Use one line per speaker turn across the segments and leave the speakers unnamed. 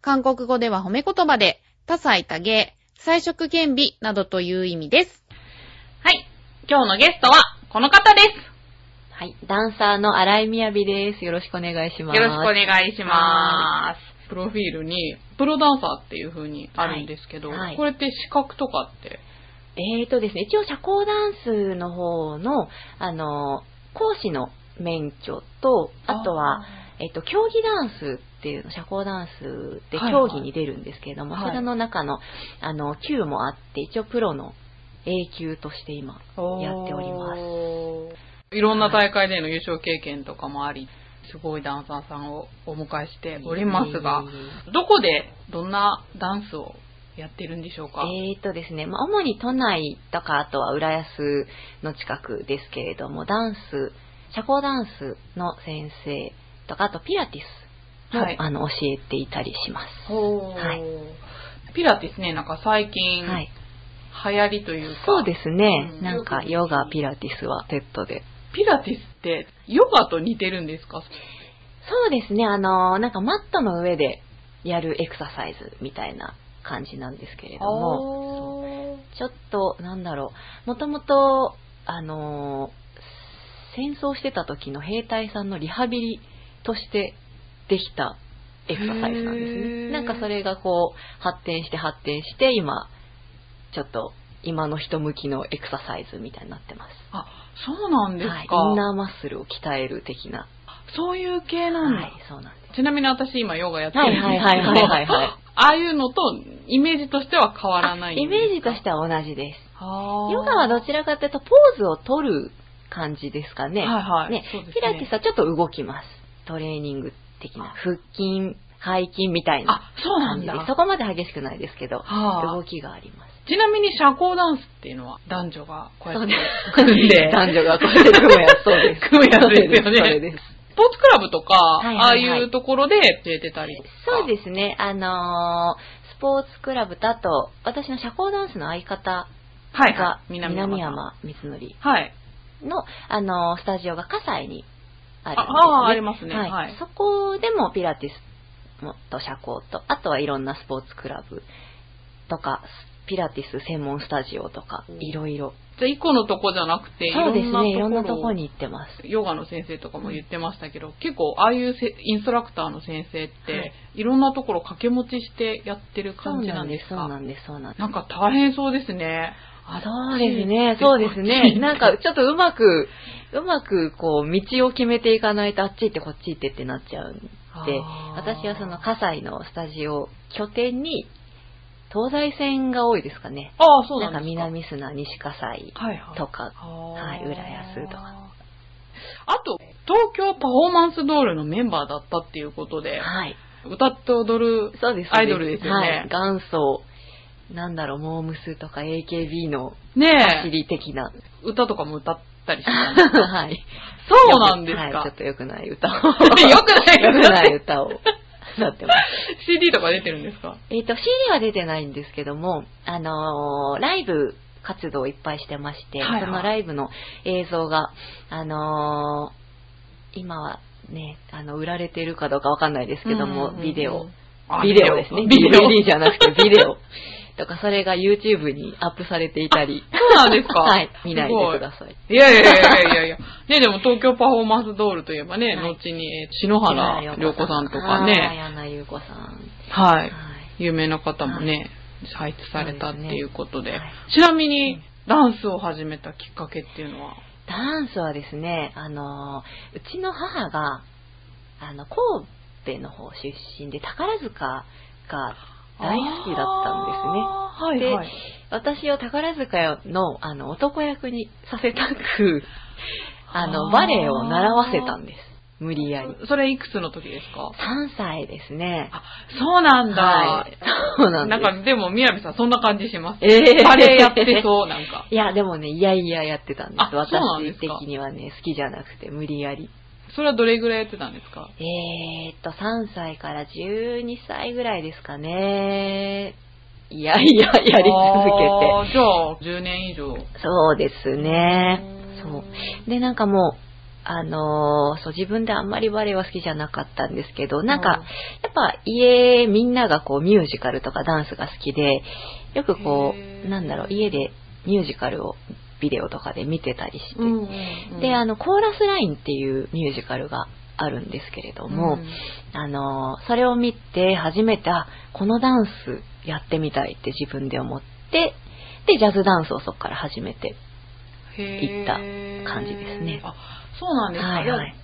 韓国語では褒め言葉で、多彩多芸、彩色兼美などという意味です。はい。今日のゲストは、この方です。
はい。ダンサーの荒井みやびです。よろしくお願いします。
よろしくお願いします。プロフィールに、プロダンサーっていう風にあるんですけど、
はいはい
これって資格とかって、
えーとですね、一応社交ダンスの方の、あの、講師の免許と、あとは、えっと、競技ダンスっていうの、社交ダンスで
はい
競技に出るんですけれども、
はい
それの中の、あの、級もあって、一応プロの A 級として今、
おー
やっております
いろんな大会での優勝経験とかもあり、すごいダンサーさんをお迎えしておりますが、どこでどんなダンスをやってるんでしょうか、
えーとですね、まあ、主に都内とか、あとは浦安の近くですけれども、ダンス、社交ダンスの先生とか、あとピラティスを、
はい
あの教えていたりします。
ほー
はい
ピラティスね、なんか最近、
はい、
流行りというか、
そうですね、
うん
なんかヨガ、ピラティスはセットで。
ピラティスってヨガと似てるんですか
そうですね、あのーなんかマットの上でやるエクササイズみたいな感じなんですけれども。
お
ちょっと、なんだろう、もともと、あのー戦争してた時の兵隊さんのリハビリとしてできたエクササイズなんです
へー
ね。なんかそれがこう、発展して発展して、今、ちょっと、今の人向きのエクササイズみたいになってます。
あ、そうなんです
はい。
か、
インナーマッスルを鍛える的な。
そういう系なんだ、
はい、そうなんです。
ちなみに私今ヨガやってるんですけど、
はいはいはいはいはいはい
あ あいうのとイメージとしては変わらないん
イ
ですか
メージとしては同じです。
はあ
ヨガはどちらかというと、ポーズを取る感じですかね。
はいはい。
ね
そうです
ピラティスはちょっと動きます。トレーニング的な。腹筋、背筋みたいな
あ、そうな
感
ん
じ
だ。
で。そこまで激しくないですけど、
はあ
動、きがあります。
ちなみに社交ダンスっていうのは男女がこうや
そ
っ
う
て
です
組んで、
男女がこうやって組むやつ、そうです。
組むやつですよね
それです。
スポーツクラブとか、
い
ああ
はいはい
いうところで教えてたり
そう
す。
ですね。あのースポーツクラブと、あと、私の社交ダンスの相方
はい
が
は、い。
南
さん
山光則
はい。
の、あのースタジオが葛西にあるんです、ね。
ああー、ありますね。は。
はいい、そこでもピラティスもと社交と、あとはいろんなスポーツクラブとか、ピラティス専門スタジオとか
うん、
いろいろ。
じゃあ、一個のとこじゃなくて、い
そ
ろ
うです
んな
ね、いろんな
と
と
こ
こ
ろ
に行ってます。
ヨガの先生とかも言ってましたけど、結構、ああいうせインストラクターの先生って、
はいい、
ろんなところ掛け持ちしてやってる
そ
感
う
じ
な
なんん
で、
ですす
そ
か
う
な
なんんです、そうなんです。
か大変そうですね。あ
そうですね、そうですね。なんか、ちょっとうまく、うまく、こう、道を決めていかないと、あっち行ってこっち行ってってなっちゃうんで、私はその、
あー
葛西のスタジオを拠点に、東西線が多いですかね。
あー、そうな
なんん
ですか。
か、南砂、西葛西
はいはい、
とか
はい
浦安と
か。あと、東京パフォーマンスドールのメンバーだったっていうことで、
はい。
歌って踊る、
そうです。
アイドルですよね
はい。元祖、なんだろう、モームスとか AKB の走
ねえ、
り的 な。
歌とかも歌ったりしてたん ですか
はい。
そうなんですか。
はい。ちょっと良くない歌 を。
よくない
良
よ
く
ね。
ない歌を。なってます。
CD とか出てるんですか
えっ、と、CD は出てないんですけども、あのーライブ活動をいっぱいしてまして、
はいはい
そのライブの映像が、あのー今はね、あの、売られてるかどうかわかんないですけども、
うんうんうん
ビデオ。
あ
ビデオですね。
ビデオ。
DVD じゃなくてビデオ。とか、それが YouTube にアップされていたり。
そうなんですか
はい。見ないでください。
いやいやいやいやいやいや。ね、でも東京パフォーマンスドールといえばね、
はい
後に、えー篠原涼子さんとか
はい
ね、
矢野優子さん。
は
はい
い。。有名な方もね、配置されたっていうことで。ちなみ
う
に
ん、
ダンスを始めたきっかけっていうのは、
ダンスはですね、あのー、うちの母が、あの、神戸の方出身で、宝塚が大好きだったんですね。
あーはいはい。
私を宝塚のあの男役にさせたく、あ
あー
の、バレエを習わせたんです。無理やり。
それいくつの時ですか
3歳ですね。
そうなんだ。
はい。そうなんで
な
す。
んか、でも、みやびさん、そんな感じします。
ええ
バレエやってそう、なん か。
いや、でもね、いやいややってたんです。
あそうなんで
私
すか
的にはね、好きじゃなくて、無理やり。
それはどれぐらいやってたんですか
えーっと、3歳から12歳ぐらいですかね。いやいや、やり続けて。
あーじゃあ、10年以上。
そうですね。そう。で、なんかもう、あのーそう、自分であんまりバレエは好きじゃなかったんですけど、なんか、やっぱ家、みんながこうミュージカルとかダンスが好きで、よくこ
へ
う、
ー
なんだろう、家でミュージカルをビデオとかで見てたりして、
うん、うんうん
で、あの、コーラスラインっていうミュージカルがあるんですけれども、
ん
あの、それを見て初めて、あ、このダンスやってみたいって自分で思って、で、ジャズダンスをそこから始めて。行った感じですね
あ、そうなんですか。
はいはい。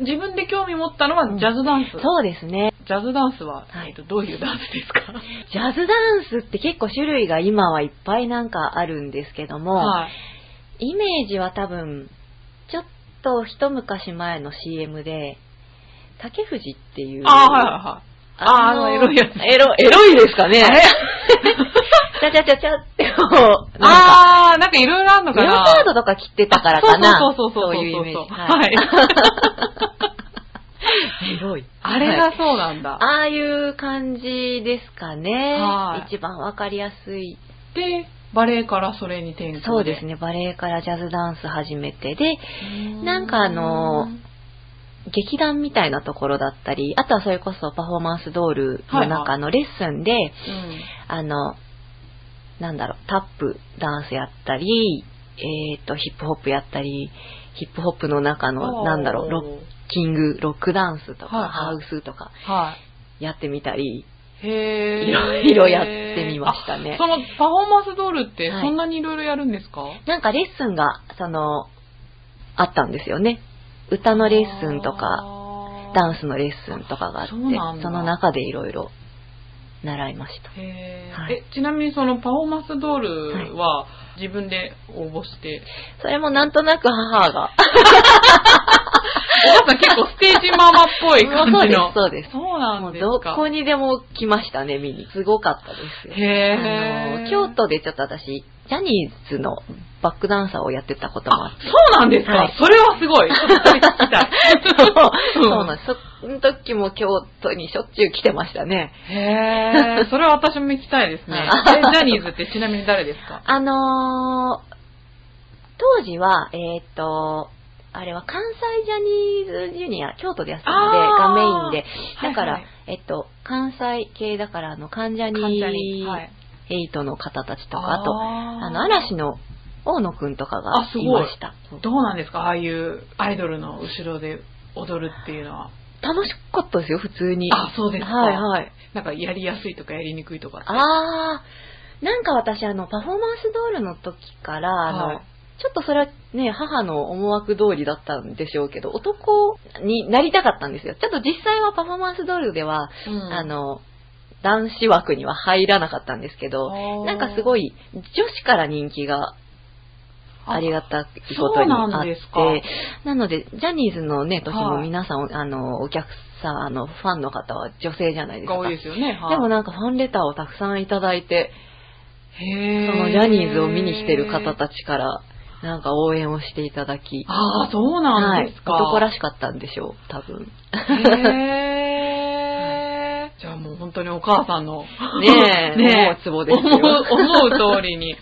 自分で興味持ったのはジャズダンス。
そうですね。
ジャズダンスは、
はい
えっと、どういうダンスですか
ジャズダンスって結構種類が今はいっぱいなんかあるんですけども、
はい。
イメージは多分、ちょっと一昔前の CM で、竹藤っていう。
あー、はいはいはい。あーあのエロいやつ
エロ、エロいですかね。ちゃちゃちゃちゃってこう、 なんか
あー、なんかいろいろあるのか
レオ
な。
パードとか着てたからかな。
そうそうそうそうそう
いうイメージ。
はい。
エロい。
あれ
はい
がそうなんだ。
ああいう感じですかね。
はい
一番わかりやすい。
で、バレエからそれに転向
そうですね。バレエからジャズダンス始めて。で、
ね
なんかあの劇団みたいなところだったり、あとはそれこそパフォーマンスドールの中のレッスンで、あの、なんだろう、タップダンスやったり、えっ、と、ヒップホップやったり、ヒップホップの中の、なんだろう、ロッ
う
キング、ロックダンスとか、
はいはい
ハウスとか
ん。は
やってみたり、
い。へー。
いろ いろやってみました
あ
ね。
そのパフォーマンスドールって
はい
そんなにいろいろやるんですか、
なんかレッスンが、その、あったんですよね。歌のレッスンとか、ダン
ス。
スのレッスンとかがあって、
そうなんだ
その中でいろいろ習いました。
へー
はい
え、ちなみにそのパフォーマンスドールは自分で応募して、
それもなんとなく母
お
が、
母さん結構ステージママっぽい感じの。
そうですそうです
そう
も
な
うん
です
ど
か。
こにでも来ましたね、見に。すごかったですよ。あ
へ
の
ー。
京都でちょっと私、ジャニーズのバックダンサーをやってたこともあっ
あ
て、
そうなんですか、
はい
それはすごい。ちょっと聞きたい
そう
うん
なんです。その時も京都にしょっちゅう来てましたね。
へー、それは私も行きたいですね。えジャニーズってちなみに誰ですか
あのー、当時は、えーっ、と、あれは関西ジャニーズジュニア、京都でやってたので、
あー
がメインで。だから、
はいはい
えっと、関西系だから、あの、関ジャ
関ジャ
ニ
ニはい
エイトの方たちとか、あと、
あ
あ
ー
の、嵐の大野くんとかが
あすごい
いました。そう
どうなんですかああいうアイドルの後ろで踊るっていうのは。
楽しかったですよ、普通に。
あ、そうですか。
はいはい。
なんかやりやすいとかやりにくいとかって。
あー、なんか私、あの、パフォーマンスドールの時から、あの、
はい
ちょっとそれはね、母の思惑通りだったんでしょうけど、男になりたかったんですよ。ちょっと実際はパフォーマンスドールでは、
うん
あ、の、男子枠には入らなかったんですけど、なんかすご
い
い女子から人気がありがたいこと
そう
にあ
な
っ
ん
て
ですか、
なので、ジャニーズのね、年も
はい
皆さん、あの、お客さん、あの、ファンの方は女性じゃないです
が
か。
多いですよね。はい
でもなんかファンレターをたくさんいただいて、そ
へー
のジャニーズを見に来てる方たちから、なんか応援をしていただき、
ああ、そうなんですか。
はい、男らしかったんでしょう、多分。
へーじゃあもう本当にお母さんの。
ねえ思うツボですよ
思う、思う通りに。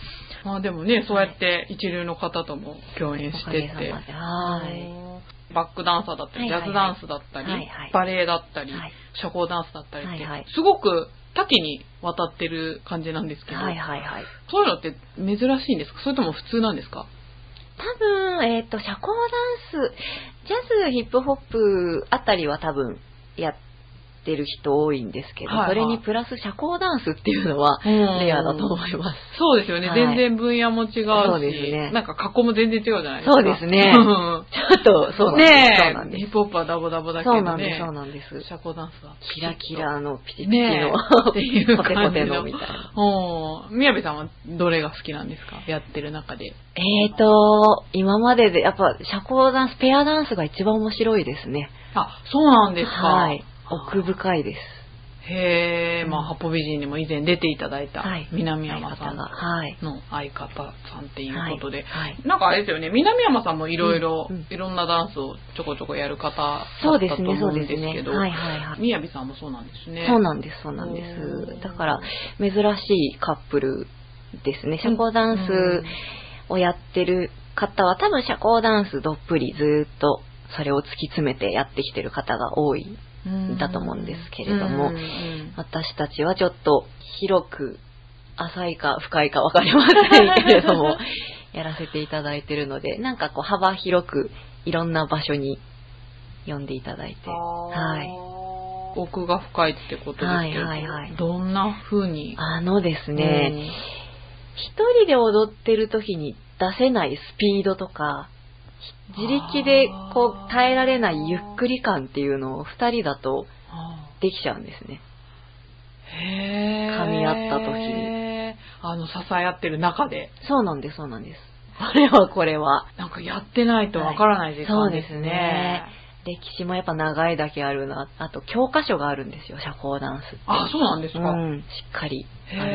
まあでもね、そうやって一流の方とも共演して
おか
て
げさ。まではい。
い。バックダンサーだったり、
はい
ジ
はいはい
ャズダンスだったり
はいはい、
バレエだったり、
はい
社交ダンスだったりっ
はい
て
はい、
すごく多岐にわたってる感じなんですけど、
はいはいはい。
そういうのって珍しいんですかそれとも普通なんですか
多分、えっ、と、社交ダンス、ジャズ、ヒップホップあたりは多分やってる人多いんですけど、
はいはい
それにプラス社交ダンスっていうのはレアだと思います。
そうですよね。
はい
全然分野も違うし、
そうですね
なんか格好も全然違うじゃないですか。
そうですね
うん
ちょっと、そうなんです。
ねえ
そうなんで
ヒ
す
ップホップはダボダボだけ
そう
ど
なんです、
ね。
そうなんです。
社交ダンスは。
キラキラのピチピチの、
ねえっていう
コテ
感
コ
じ
テ
の
のみたいな。
おー、みやべさんはどれが好きなんですかやってる中で。
えーと、今まででやっぱ社交ダンス、ペアダンスが一番面白いですね。
あ、そうなんですか。
はい。奥深いです。
へえ、まあ、
うん
八方美人にも以前出ていただいた
はい、
南山さ
相方
ん
が。はい。
の相方さんっていうことで、
はい。
なんかあれですよね、南山さんもいろいろ
うんうん、
いろんなダンスをちょこちょこやる方だったと
そうですね、
思
そううん
で
ですすね。
けど、
はいはいはい。
みやびさんもそうなんですね。
そうなんです、そうなんで
おー
す。だから、珍しいカップルですね。社交ダンスをやってる方は、多分社交ダンスどっぷりずーっとそれを突き詰めてやってきてる方が多い。
うん
だと思うんですけれども
うんうん
私たちはちょっと広く、浅いか深いか分かりませんけれども、やらせていただいてるので、なんかこう幅広くいろんな場所に呼んでいただいて。はい
はい。奥が深いってことですけど、
はいはいはい
どんな風に。
あのですね、一人で踊ってる時に出せないスピードとか、ひ自力でこ
あー
う耐えられないゆっくり感っていうのを二人だと
あ
できちゃうんですね。
ーへー
噛み合った時
あの、支え合ってる中で、
そうなんです、そうなんです。これはこれは。
なんかやってないとわからない時間ですね。
歴史もやっぱ長いだけあるな。あと教科書があるんですよ、社交ダンスって。
あ、そうなんです
う
か。
ん、しっかりあるんで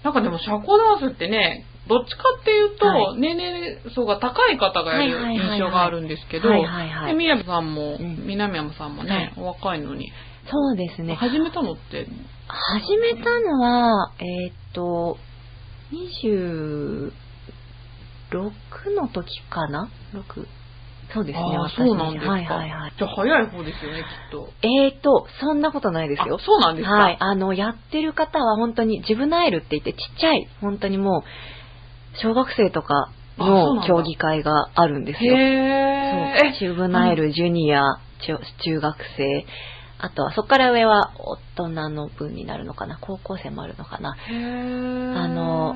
へーなんかでも社交ダンスってね、どっちかっていうと、
は
年齢層が高い方がや
はい
る
はいはいはい
印象があるんですけ
す
ど、
よ。はいはいは
で
い。
宮部さんも、
うん
南山さんもね、お若いのに、
そうですね。
始めたのって、
始めたのは、えーっと、26の時かな ?6? そうですね、
あー
私
そうなんですか
はいはいはい。
じゃあ早い方ですよね、きっと。
えーっと、そんなことないですよ
あ。そうなんですか。
はい。あの、やってる方は本当に、ジブナイルって言ってちっちゃい、本当にもう、小学生とか
あそうなん
の
だ
競技会があるんです
へ
よ。そう
え。
ジブナイル、ジュニア、中中学生、あとはそこから上は大人の分になるのかな、高校生もあるのかな。
へー
あの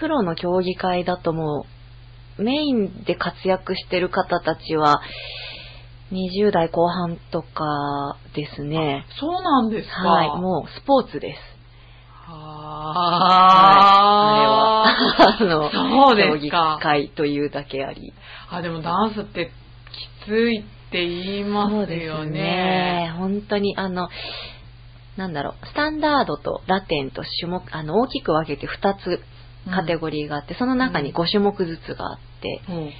プロの競技会だともう、メインで活躍してる方たちは、20代後半とかですね。
そうなんですか。
はい、もうスポーツです。
あー、
はい、あれは。あの、
そうですか
競技会というだけあり。
あ、でもダンスってきついって言います
そ
よ
うです
ね。
ね。本当に、あの、なんだろう、スタンダードとラテンと種目、あの、大きく分けて2つカテゴリーがあって、その中に5種目ずつがあって、
うん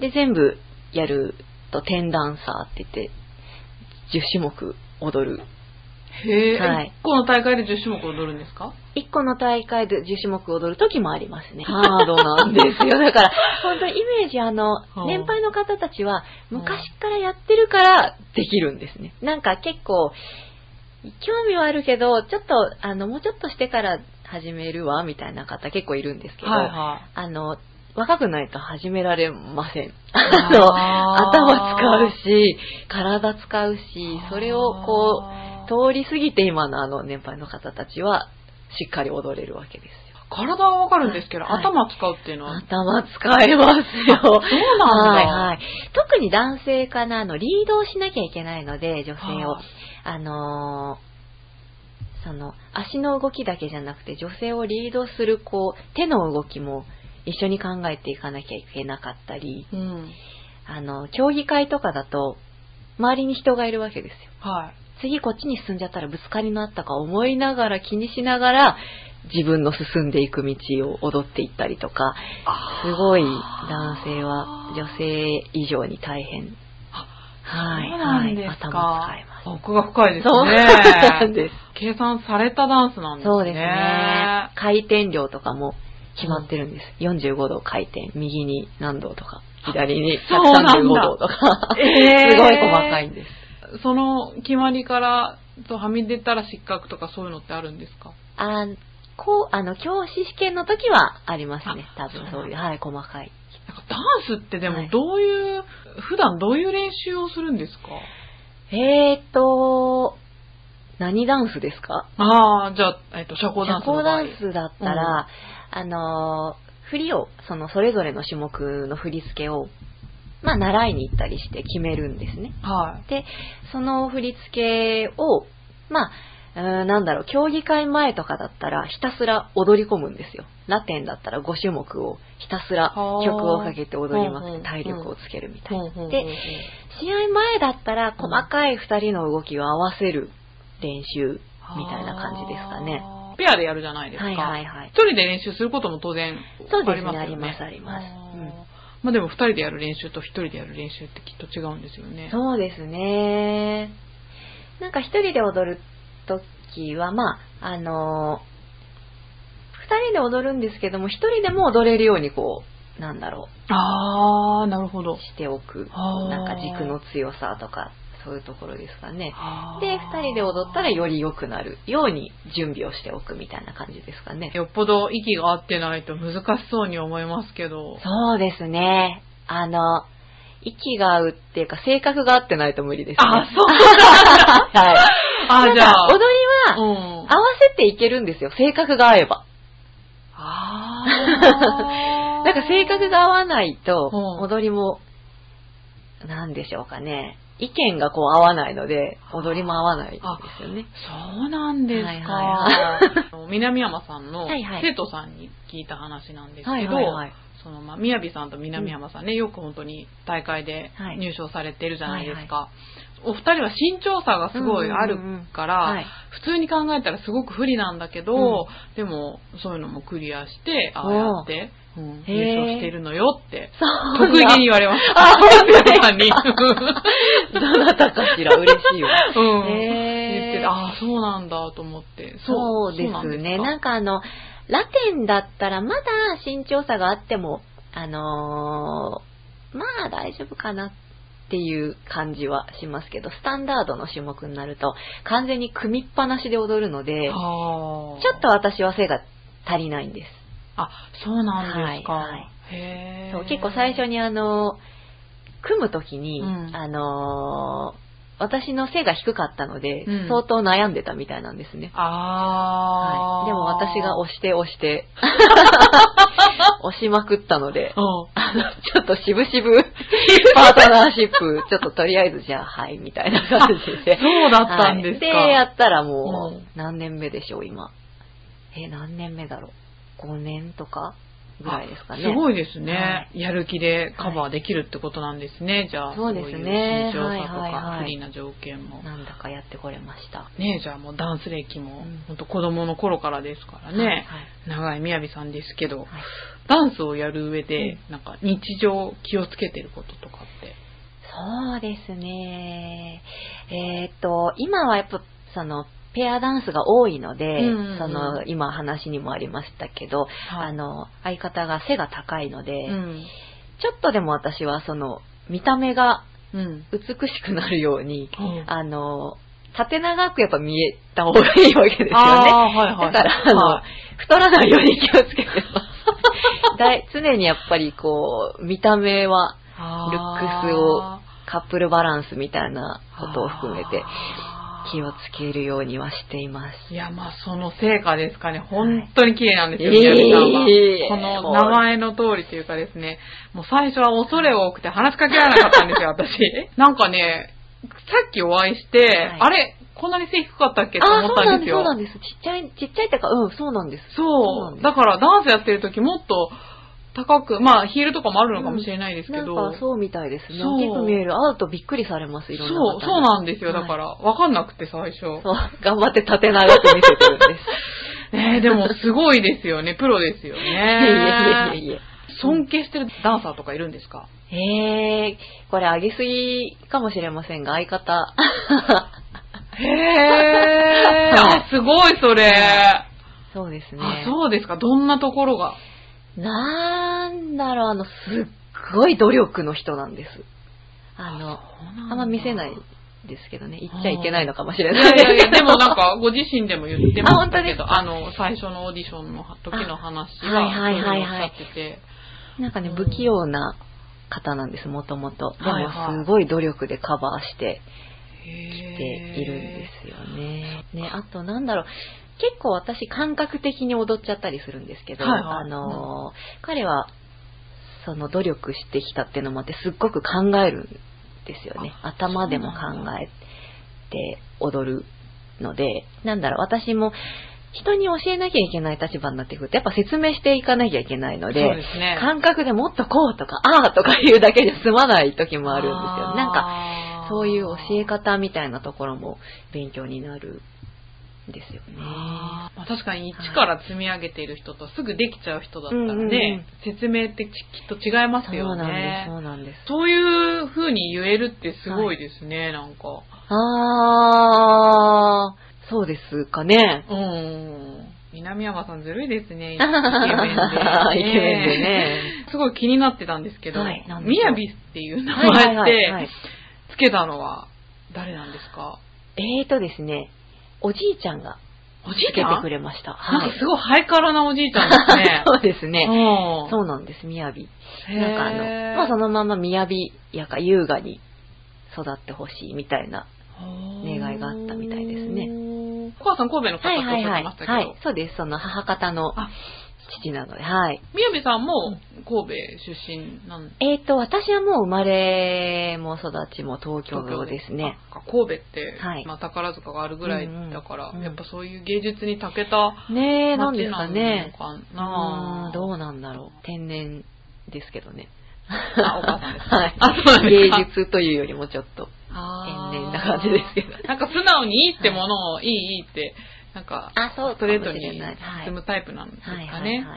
で、全部やると、テンダンサーって言って、10種目踊る。
へえ、
はい
1個の大会で10種目踊るんですか
1個の大会で10種目踊る時もありますね。ハードなんですよ。だから、本当にイメージ、あの
う、ん
年配の方たちは、
うん
昔からやってるからできるんですね。なんか結構、興味はあるけど、ちょっと、あの、もうちょっとしてから始めるわ、みたいな方結構いるんですけ ど、
は
あの、若くないと始められません。
い。
あの、頭使うし、体使うし、それをこう、
う
通り過ぎて今のあの年配の方たちはしっかり踊れるわけですよ。
体はわかるんですけど、
はい
頭使うっていうのは、
頭使えますよ。
そう
はい
な
は
んだ。
い。特に男性かな、あの、リードをしなきゃいけないので、女性を
は。
あのーその、足の動きだけじゃなくて、女性をリードする、こう、手の動きも一緒に考えていかなきゃいけなかったり、
うん。
あの、競技会とかだと、周りに人がいるわけですよ。
はい。
次こっちに進んじゃったらぶつかりのあったか思いながら気にしながら自分の進んでいく道を踊っていったりとか、すごい男性は女性以上に大変。はい、
そうなんですか。
頭使います。
奥が深いですね。
そうなんです。
計算されたダンスなんですね。
そうですね。回転量とかも決まってるんです。45度回転、右に何度とか、左に
そうなん
135
だ
度とか、
えー
すごい細かいんです。
その決まりから、とはみ出たら失格とかそういうのってあるんですか
あこう、あの、教師試験の時はありますね。
あ
多分
そ
そうう
なん
い
だ
う、はい、細かい。
なんかダンスってで
は
も
い
どういう、普段どういう練習をするんですか
えーと、何ダンスですか
ああ、じゃあ、えっと、社交ダ
社
ンスの
交
場
ダ
合。
ンスだったら、あのー、振りを、その、それぞれの種目の振り付けを、まあ、習いに行ったりして決めるんですね。
は
で、その振り付けを、まあ、うーんなんだろう、競技会前とかだったらひたすら踊り込むんですよ。ラテンだったら5種目をひたすら
はあ
曲をかけて踊りまく
うん
っ
うん
て体力をつけるみたいな。
い
で試合前だったら細かい2人の動きを合わせる練習みたいな感じですかね。。
ペアでやるじゃないですか。
はいはいはい
一。人で練習することも当然
そう
あ
で
り
す
ま
ね、
す
あ
よね。
りますあります。
あー
うん
まあでも二人でやる練習と一人でやる練習ってきっと違うんですよね。
そうですね。なんか一人で踊るときは、まあ、あのー二人で踊るんですけども、一人でも踊れるようにこう、なんだろ
あー、なるほ
う
ど、。
しておく。
あー
なんか軸の強さとか、そういうところですかね。
あー
で、二人で踊ったらより良くなるように準備をしておくみたいな感じですかね。
よっぽど息が合ってないと難しそうに思いますけど。
そうですね。あの、息が合うっていうか、性格が合ってないと無理です、ね。
あ、そう
はい。
あー、じゃ
ただ
あ。
踊りは、
うん。
合わせていけるんですよ。性格が合えば。
あー
なんか性格が合わないと
うん、
踊りも、なんでしょうかね。意見がこう合わないので、踊りも合わないんですよね。
そうなんですか。
はいはい
南山さんの
はいはい
生徒さんに聞いた話なんです
はい
けど
はい、はい。
そのまあ、宮城さんと南山さんね、よく本当に大会で
はい
入賞されてるじゃないですか。お二人は身長差がすごいあるから、
はい。
普通に考えたらすごく不利なんだけど、
うん
でもそういうのもクリアして、ああやって、うん
へー
優勝してるのよって、
そう
得意げに言われました。
あ本 当ですか
生徒さんに。
どなたかしら嬉しいわ。
うん言って
へ
て
ー
ああ、そうなんだと思って。
そうですね。
そう
な
なん
んかあの、ラテンだったらまだ身長差があっても、あのーまあ大丈夫かなっていう感じはしますけど、スタンダードの種目になると完全に組みっぱなしで踊るので、
です
ち
かは
ょ
あ
っと私は背が足りないんです。
あ、そうなんですか。
はいはい
へえ。
そう結構最初にあのー組むときに、
うん
あのー私の背が低かったので、
うん
相当悩んでたみたいなんですね。
あ
は
ー
い、でも私が押して 押して、押しまくったので、
う
あの、ちょっと渋々、パートナーシップ、ちょっととりあえずじゃあはい、みたいな感じで。
ん。そうだったんですか。
はいで、やったらも
うん
う、何年目でしょう、今。え、何年目だろう。5年とかぐらいですかね。
すごいですね、
は
やる気でカバーできるってことなんですね。じゃあ、
そうですね
そういう身長差と
はいはい
か
はい
不利な条件も。
なんだかやってこれました。
ねじゃあもうダンス歴も、
うん
ほんと子供の頃からですから
はい
ね。長いみやびさんですけど、
はい
ダンスをやる上で、
う
なんか日常気をつけてることとかって。
そうですね。えーっと、今はやっぱ、その、ペアダンスが多いので、
うんうん
その、今話にもありましたけど、あの、相方が背が高いので、
うん。
ちょっとでも私はその、見た目が
うん。
美しくなるように、
うん
あの、縦長くやっぱ見えた方がいいわけですよね。
あーはいはい。
だから、あの、
はい
太らないように気をつけて ます。だい常にやっぱりこう、見た目はルックスをカップルバランスみたいなことを含めて気をつけるようにはしています。
いや、まあ、その成果ですかね。本当に綺麗なんですよ、
はい
宮城さんは。
ええ
この名前の通りというかですね、もう最初は恐れ多くて話しかけられなかったんです よ、私。なんかね、さっきお会いして、
い
あれこんなに背低かったっけって
ああ
思
ー、
っ
そう
た
なん
ん
で、
ですすよ
そうな。んです。ちっちゃい、ちっちゃいってか、うん、そうなんです。そう
そ
なんで
う。
す
だからダンスやってる時もっと高く、まあ、ヒールとかもあるのかもしれないですけど、
なんかそうみたいですね。
そう
大きく見える。会うとびっくりされます、い
そ
ろ
うん
な方に
そうなんですよ。だか
はい
ら、わかんなくて最初。
そう、頑張って縦長く見せてるんです。
ねえ、でもすごいですよね。プロですよ
いえ
ね。
いえいえいえ。
尊敬してるダンサーとかいるんです か
えー、これ上げすぎかもしれませんが、相方。
へ え。あ、すごいそれ。
そうです
あ
ね、。
そうですか。どんなところが。
なんだろう、あの、すっごい努力の人なんです。あの、あんま見せないですけどね。言っちゃいけないのかもしれ
い
ない
やいやい
です
や、
けど。
でもなんか、 ご自身でも言ってましたけど、
あ本当で
あ
す
の、最初のオーディションの時の話は、
あはいはいはいはい
そううのをおっしゃってて。
なんかね、不器用な方なんです、もともと。で
はいはい
も、すごい努力でカバーして
へ
き
ー
ているんですよね。ね、あと、なんだろう。結構私、感覚的に踊っちゃったりするんですけど、
はいはい
あのー彼は、その努力してきたっていうのもあって、すっごく考えるんですよね。頭でも考えて踊るので、なんだろう、私も人に教えなきゃいけない立場になってくると、やっぱ説明していかなきゃいけないの
そう
で、
ですね。
感覚でもっとこうとか、ああとか言うだけで済まない時もあるんですよ。なんか、
か
そういう教え方みたいなところも勉強になるんですよね。
まあ、確かに一から積み上げている人とすぐできちゃう人だったら
うんうんうん
ね、説明ってきっと違います
そ
よ
うなんです、
ね。
そうなんです。
そういう風に言えるってすごいですね、なんか。
あー、そうですかね。
うん。南山さんずるいです ね。イ
イ
ケメンで。
ケメンで。ね。
すごい気になってたんですけど、
はいなんで
み
しょ
や
う
びっていう名
はいは
前
い
っ
はいはい
てつけたのは誰なんですか
えーとですね、おじいちゃんが
おじ
つ
いち
けて
ゃん
くれました。は
なん
い。
か。すごいハイカラなおじいちゃんですね
そうですね。
うん
そうなんです、みやび。
へー
なんかあの、まあそのままみやびやか優雅に育ってほしいみたいな。願いがあったみたいですね
ね。お母さん神戸の方っ
は
て
い
おっし
はい
ゃ
は
ってましたけ
い。
ど、
はい、そうです。その母方の
あ
父なので、はい。
宮部さんも神戸出身なん
えっ、と、私はもう生まれも育ちも東京ですね。
あ神戸って、
はい
まあ、宝塚があるぐらいだから、
うんうん
やっぱそういう芸術に長けた
ねえ、なんで
街
すか
なの
ね。
か
う、
なん
どうなんだろう。天然ですけどね。
あお母さんですか
はい。
あそうなんですか
芸術というよりもちょっと
あー
天然な感じです けど。
なんか素直にいいってものをいいいいって、なんか、
あ、そう
ストレートに
はい。
進むタイプなんですか
はい
ね。
はいは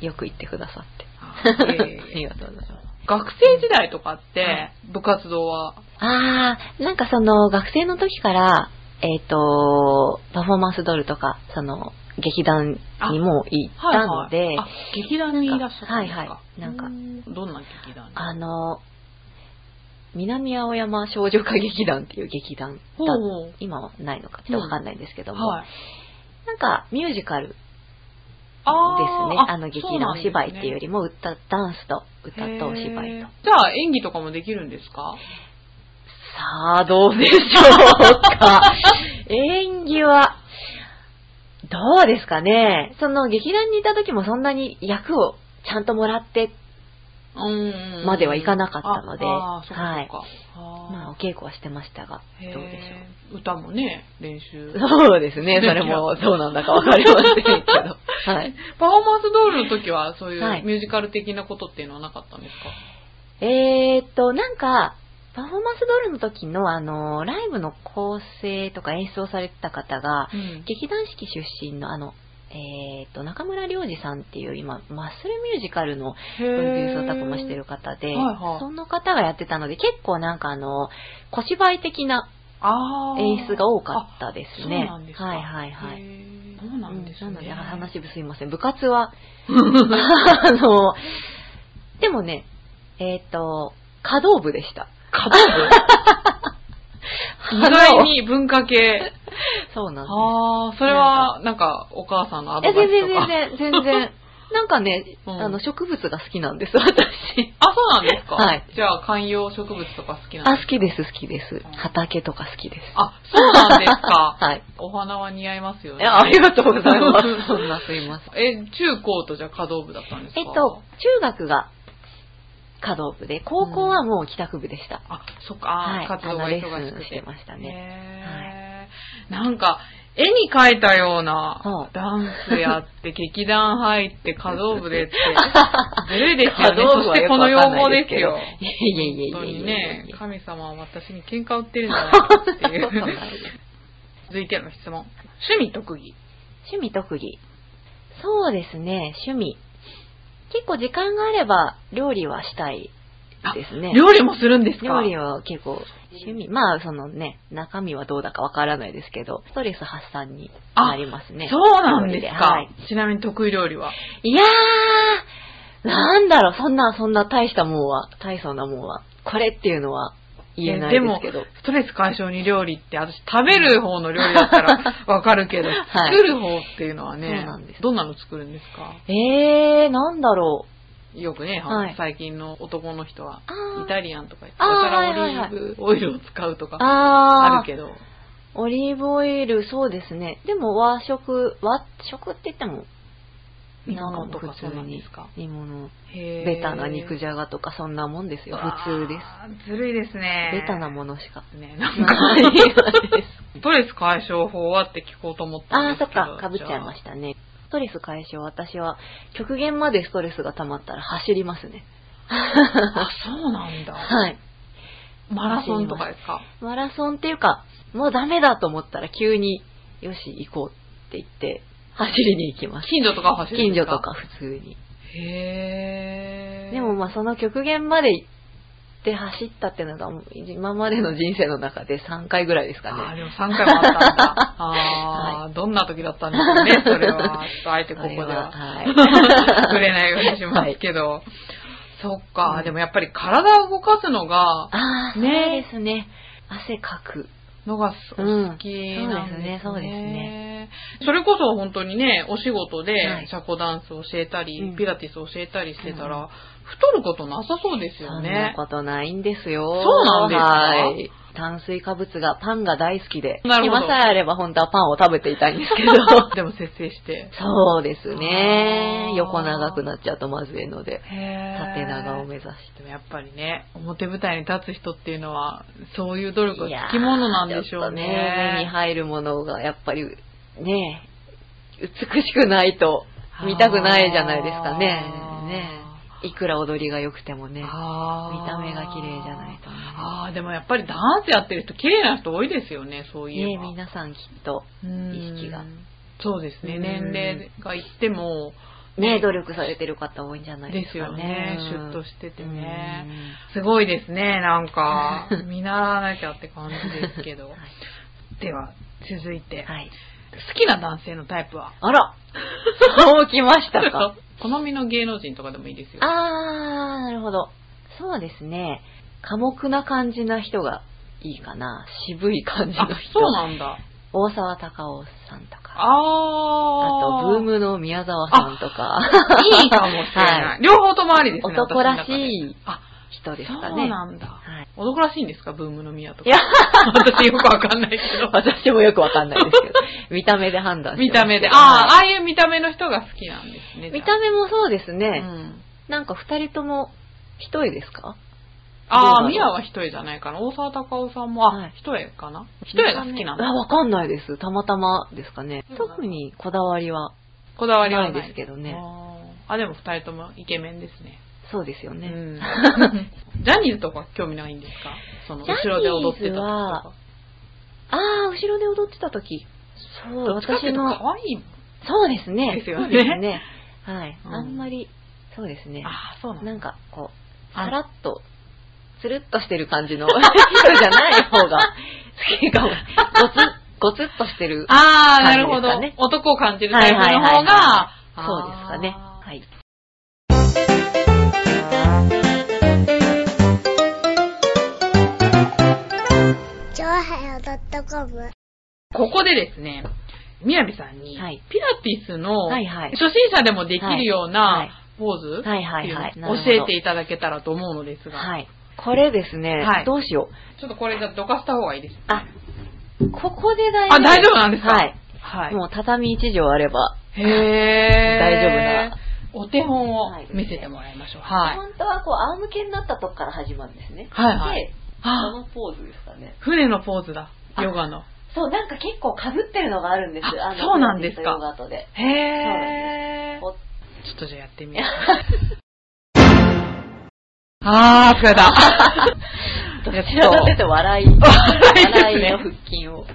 い。よく言ってくださって。
あ
あ
ーいえいえ
りがとうございます。
学生時代とかっ
は
て、部活動は、
あー、なんかその学生の時から、えっ、と、パフォーマンスドールとか、その劇団にも行ったので、
あ劇団にいらっしゃったんですか
はいはいなんか
うーどんな劇団
あの、南青山少女歌劇団っていう劇団だ、
ほうほう
今はないのかちょっとわかんないんですけども、
はい。
なんかミュージカルですね。
あー
あの劇団お芝居っていうよりも歌、ダンスと歌とお芝居と
へー。じゃあ演技とかもできるんですか
さあ、どうでしょうか。 演技は、どうですかね。その劇団にいた時もそんなに役をちゃんともらって、
うん
まではいかなかったので
ああー、そっか
はい
そっか。
まあ、お
あ
稽古はしてましたが、
ー、
どうでしょう。
う歌もね、練習。
そうです ね。それもどうなんだかわかりませんけど。 はい。
パフォーマンスドールの時は、そうい
はいう
ミュージカル的なことっていうのはなかったんですか、
えーっと、なんか、パフォーマンスドールの時の、あの、ライブの構成とか演出をされてた方が、
うん
劇団四季出身の、あの、えーっと、中村良二さんっていう、今、マッスルミュージカルの
へ
プロデ
ー
ュースをタコもしてる方で、
へーはいはい
その方がやってたので、結構なんかあの、小芝居的な
あー
演出が多かったですね。
あそうなんですか。
はいはいは
へ
い。
ーそうなんですね。
うんなので、あ話すいません。部活は、
うん
あの、でもね、えっ、と、稼働部でした。
可動部 意外に文化系。
そうなんです。
ああ、それは、なんか、お母さんのアド
え、
バイ
全
ス
然
とか。
全然、全然。なんかね、
うん
あの、植物が好きなんです、私。
あ、そうなんですか
はい。
じゃあ、観葉植物とか好きなん
あ、
です
好きです、好きです。畑とか好きです。
あ、そうなんですか。
はい。
お花は似合いますよ
い
ね。
や、ありがとうご ざいます。そんなすいません。
え、中高とじゃあ可動部だったんですか
えっと、中学が稼働部で、高校はもう帰宅部でした。
あ、そっか、あー
はい
活動が
あの
忙
レ
し
ッスン
く
して
て。
ましたね。
へーなんか、絵に描いたような
は、い
ダンスやって、劇団入って、可動部 でって、ずるいですよ
稼
ね。
働
そ
部
し
は
て
よく
こ
わ
の
か
要
んな
望
い
で
です
す
けど
よ。
いやいやい
本当
やい
に
やいや
ね
い、や。
神様は私に喧嘩売ってるんじゃないかってい
そんなことな
う。
いです
続いての質問。趣味特技。
趣味特技そうですね趣味結構時間があれば料理はしたいですね
料理もするんですか
料理は結構趣味まあそのね中身はどうだかわからないですけどストレス発散になりますね
そうなんですか、
はい、
ちなみに得意料理はい
やーなんだろうそんなそんな大したもんは大層なもんはこれっていうのは言えないですけど
ストレス解消に料理って、私食べる方の料理だった らわかるけど、
はい
作る方っていうのはね、
そうなんです
どんなの作るんですか
えー、なんだろう
よくね、
はい
最近の男の人は、
あ
イ
ー
タリアンとか言って、
あー
やたら
はいはいはい
オリーブオイルを使うとかあ
あ
るけど、
オリーブオイル、そうですね。でも和食、和食って言っても、
煮
なんか
物
もう
とか
普
そう
通
なんで
に
すか
煮物、
へ
ベタな肉じ
ゃ
ゃがとかそんなもんですよ。普通です。
す。ずるいですね。
ベタなものしか。
ね、なんか、
何がです
ストレス解消法はって聞こうと思ったん
あ
で
あ、
す
そっ
けど。
か、かぶっちゃいま
し
したね。ストレス解消、私は、極限までストレスが溜まったら走りますね。
た。あ、そうなん だ。
はい。
マラソンとかですか
マラソンっていうか、もうダメだと思ったら急に、よし、行こうって言って、走りに行きます。
近所とか走るん
近
で
所
すか
と。か普通に。
へー。
でもまあその極限まで行って走ったっていうのが、もう今までの人生の中で3回ぐらいですか
あー
ね。
でも3回もあった んだ。あー、どんな時だったんですかね、それは。ちょっとあえてここで
それは
は
はい。
触れないようにしますけど。そっか、
うん
でもやっぱり体を動かすのが、
ああ、そう
ね
ですね。汗かく。
のがす
うん
お好きなんですね。
そうですねそうです
ね
ね。
それこそ本当にね、お仕事
は
で
い
社交ダンスを教えたり、
うん
ピラティスを教えたりしてたら、
う
太ることなさそうです
そ
よ
んな
ね。
ことないんですよ。
そうなんですか
はい。炭水化物が、パンが大好きで。
なるほど
暇さえあれば本当はパンを食べていたいんですけ ど。
でも節制して。
そうです
あ
ね
ー。
横長くなっちゃうとまずいので、
縦
縦長を目指し
でもやっぱりね、表舞台に立つ人っていうのは、そういう努力
て。
がつきものなんでしょう
いやーちょっと目に
ね。
入るものがやっぱり、ねえ美しくないと見たくないじゃないですかね。ねえいくら踊りが良くてもね、見た
た
目が綺麗じゃないとね。
あーあー、でもやっぱりダンスやってる人、綺麗な人多いですよね、そうい
ね
え
え
ば。
皆さんきっと。
うん
意識が。
そうですね、
うん
年齢がいっても、
ね、努力されてる方多いんじゃないで
ですす
か
よ
ね
ね。。シュッとしててね。
うん。
すごいですね、なん か。見習わなきゃって感じですけど。では、続いて、
はい。
好きな男性のタイプは
あらそうきましたか。
好みの芸能人とかでもいいですよ。
あー、なるほど。そうですね。寡黙な感じな人がいいかな。渋い感じの
あ
人。
そうなんだ。
大沢たかおさんとか。あ
あー。
と、ブームの宮沢さんと か。
いいかもしれない。
は
両方ともありですね。
男らし
私の中で。
い
あ、
人ですか
そう
ね。
なんだ。
はい。
男らしいんですかブームの宮とか。
いや
私よくわかんないけど。
私もよくわかんないですけ ど。見た目で判断して
見
ます
た目で。ああ、ああいう見た目の人が好きなんですね。
見た目もそうですね。
目うん。
なんか二人とも一重ですか
あ
ど
あ、
うだろう
ミヤは一重じゃないかな。大沢たかおさんも、
は
あ
い、
一重かな一重が好きなん
あ、
だ。
わかんないです。たまたまですかね
うん。
特にこだわりは
こだわり
な
はいない
ですけどね。
あーあ、でも二人ともイケメンですね。
そうですよね。
うん。ジャニーズとか興味ないんですかその、
ジャニ
後
ーズは
ろで踊ってた時とか。
ああ、後ろで踊ってた時。そう、
どっちかってい
私
うと
の、
可愛いもん。
そうですね。
ですよね
そうですね。 はい。
うん
あんまり、そうですね。
ああ、そうなんだ
なんか、こう、
あ
さらっと、つるっとしてる感じの 人じゃない方が好きか も。ごつ、ごつっとしてる。
ああ、な
感じ
るほど
ですかね。
男を感じるタイプの
はいは
方
いはいは
が、
そうですかね。
あー
はい。
チョアヘオ .com
ここでですね、みやびさんに、
はい
ピラティスの、
はいはい
初心者でもできるよう
はい
なポーズって
はいはいいうはい
のを教えていただけたらと思うのですが、
はい。これですね、
はい
どうしよう。
ちょっとこれじゃどかした方がいいです。
あ、ここで大
あ、大丈夫なんですか
はい。。
はい。
もう畳一畳あれば、
へえ。
大丈夫
お
な。
手本を見せてもらいましょう。はい。
本当はこう、仰向けになったとこから始まるんですね。
はいはい
で、こ
あ、
のポーズですかね。
船のポーズだ。
あ
ヨガの。
そう、なんか結構被ってるのがあるんです。
あ
の
そうなんですか
ヨガとで。
へえ。
お
ちょっとじゃあやってみよう。 あー、疲れ た。
ど
やっと
ちらかというと笑い。
笑いですね
の腹筋を。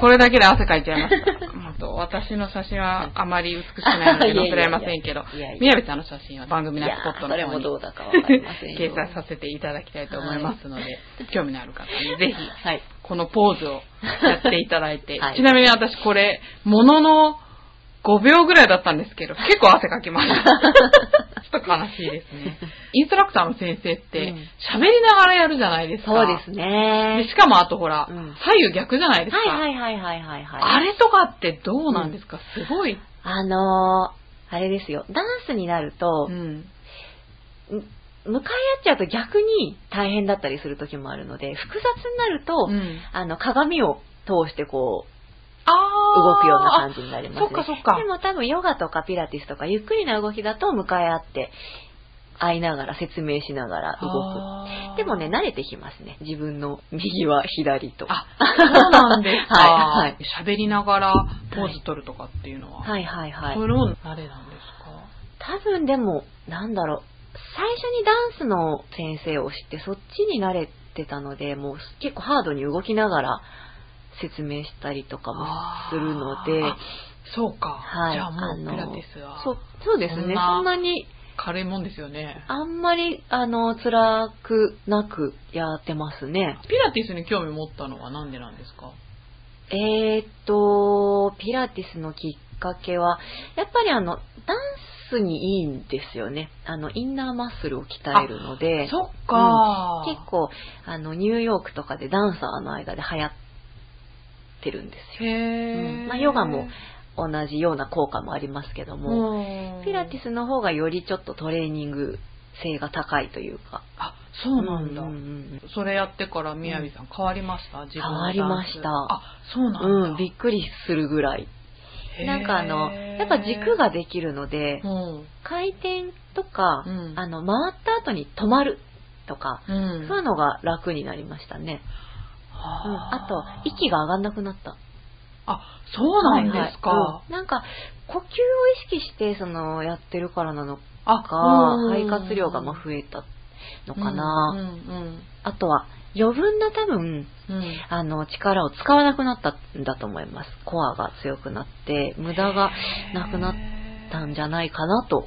これだけで汗かいちゃいました。 もっと私の写真はあまり美しくないの で載せられませんけど
いやいやいやいやいや、
宮部さんの写真は番組
い
のス
や
ポット
そ
の
れも
方に
どうだかわかりませんよ。
掲載させていただきたいと思いますので、興味のある方にぜひ
はい。
このポーズをやっていただいて、
はい
ちなみに私これ、ものの5秒ぐらいだったんですけど、結構汗かきま した。ちょっと悲しいですね。インストラクターの先生って
うん、
喋りながらやるじゃないですか。
そうですね
で。しかもあとほら、
うん
左右逆じゃないですか。
はいはいはいはいはい、はい。
あれとかってどうなんですか、すごい。
あのー、あれですよ。ダンスになると、
ん。
向かい合っちゃうと逆に大変だったりする時もあるので、複雑になると、
うん
あの、鏡を通してこう、
あー
動くような感じになりますね。
あそっかそっか
でも多分ヨガとかピラティスとか、ゆっくりな動きだと向かい合って、会いながら説明しながら動く。でもね、慣れてきますね。自分の右は左と。
あ、 そうなんですか。
はいはい
喋りながらポーズ取るとかっていうのは。
はいはいはい
そ。れも慣れなんですか
多分でも、なんだろう。最初にダンスの先生を知って、そっちに慣れてたので、もう結構ハードに動きながら説明したりとかも
あー
するので、
あそうか。
はい。
じゃあも
あ
う
の
ピラティスは。
そう、そうですね。
そ
そ
ん
ん
な
なに、
軽いもんですよね。
あんまり、あの、辛くなくやってますね。
ピラティスに興味持ったのはなんでなんですか
えーっと、ピラティスのきっかけは、やっぱりあの、ダンスにいいんですよね。あの、インナーマッスルを鍛えるので、
そっか、
結構、あの、ニューヨークとかでダンサーの間で流行ってるんですよ。
へ
う
え、
んまあヨガも同じような効果もありますけども、
も
ピラティ
ス。
スの方がよりちょっとトレーニング性が高いというか。
あ、そうなんだ。
うんうん
それやってから、みやびさん変わりました自分のダンス
変わりました
あ、そうなんだ。
うんうんびっくりするぐらい。
へー
なんかあの、やっぱ軸、ができるので、
うん。
回転とか、
うん
あの、回った後に止まるとか、
うん
そういうのが楽になりましたね。うん、あと、息
が。
が上がんなくなった。
あ、そうなんですか。
はいはいうんなんか、呼吸を意識して、その、やってるからなのか、
あ、うん
肺活量がまあ増えたのかな、
うんうん
あとは、余分な多分、
うんうん
あの、力を使わなくなったんだと思います。コアが強くなって、無駄がなくなったんじゃないかなと、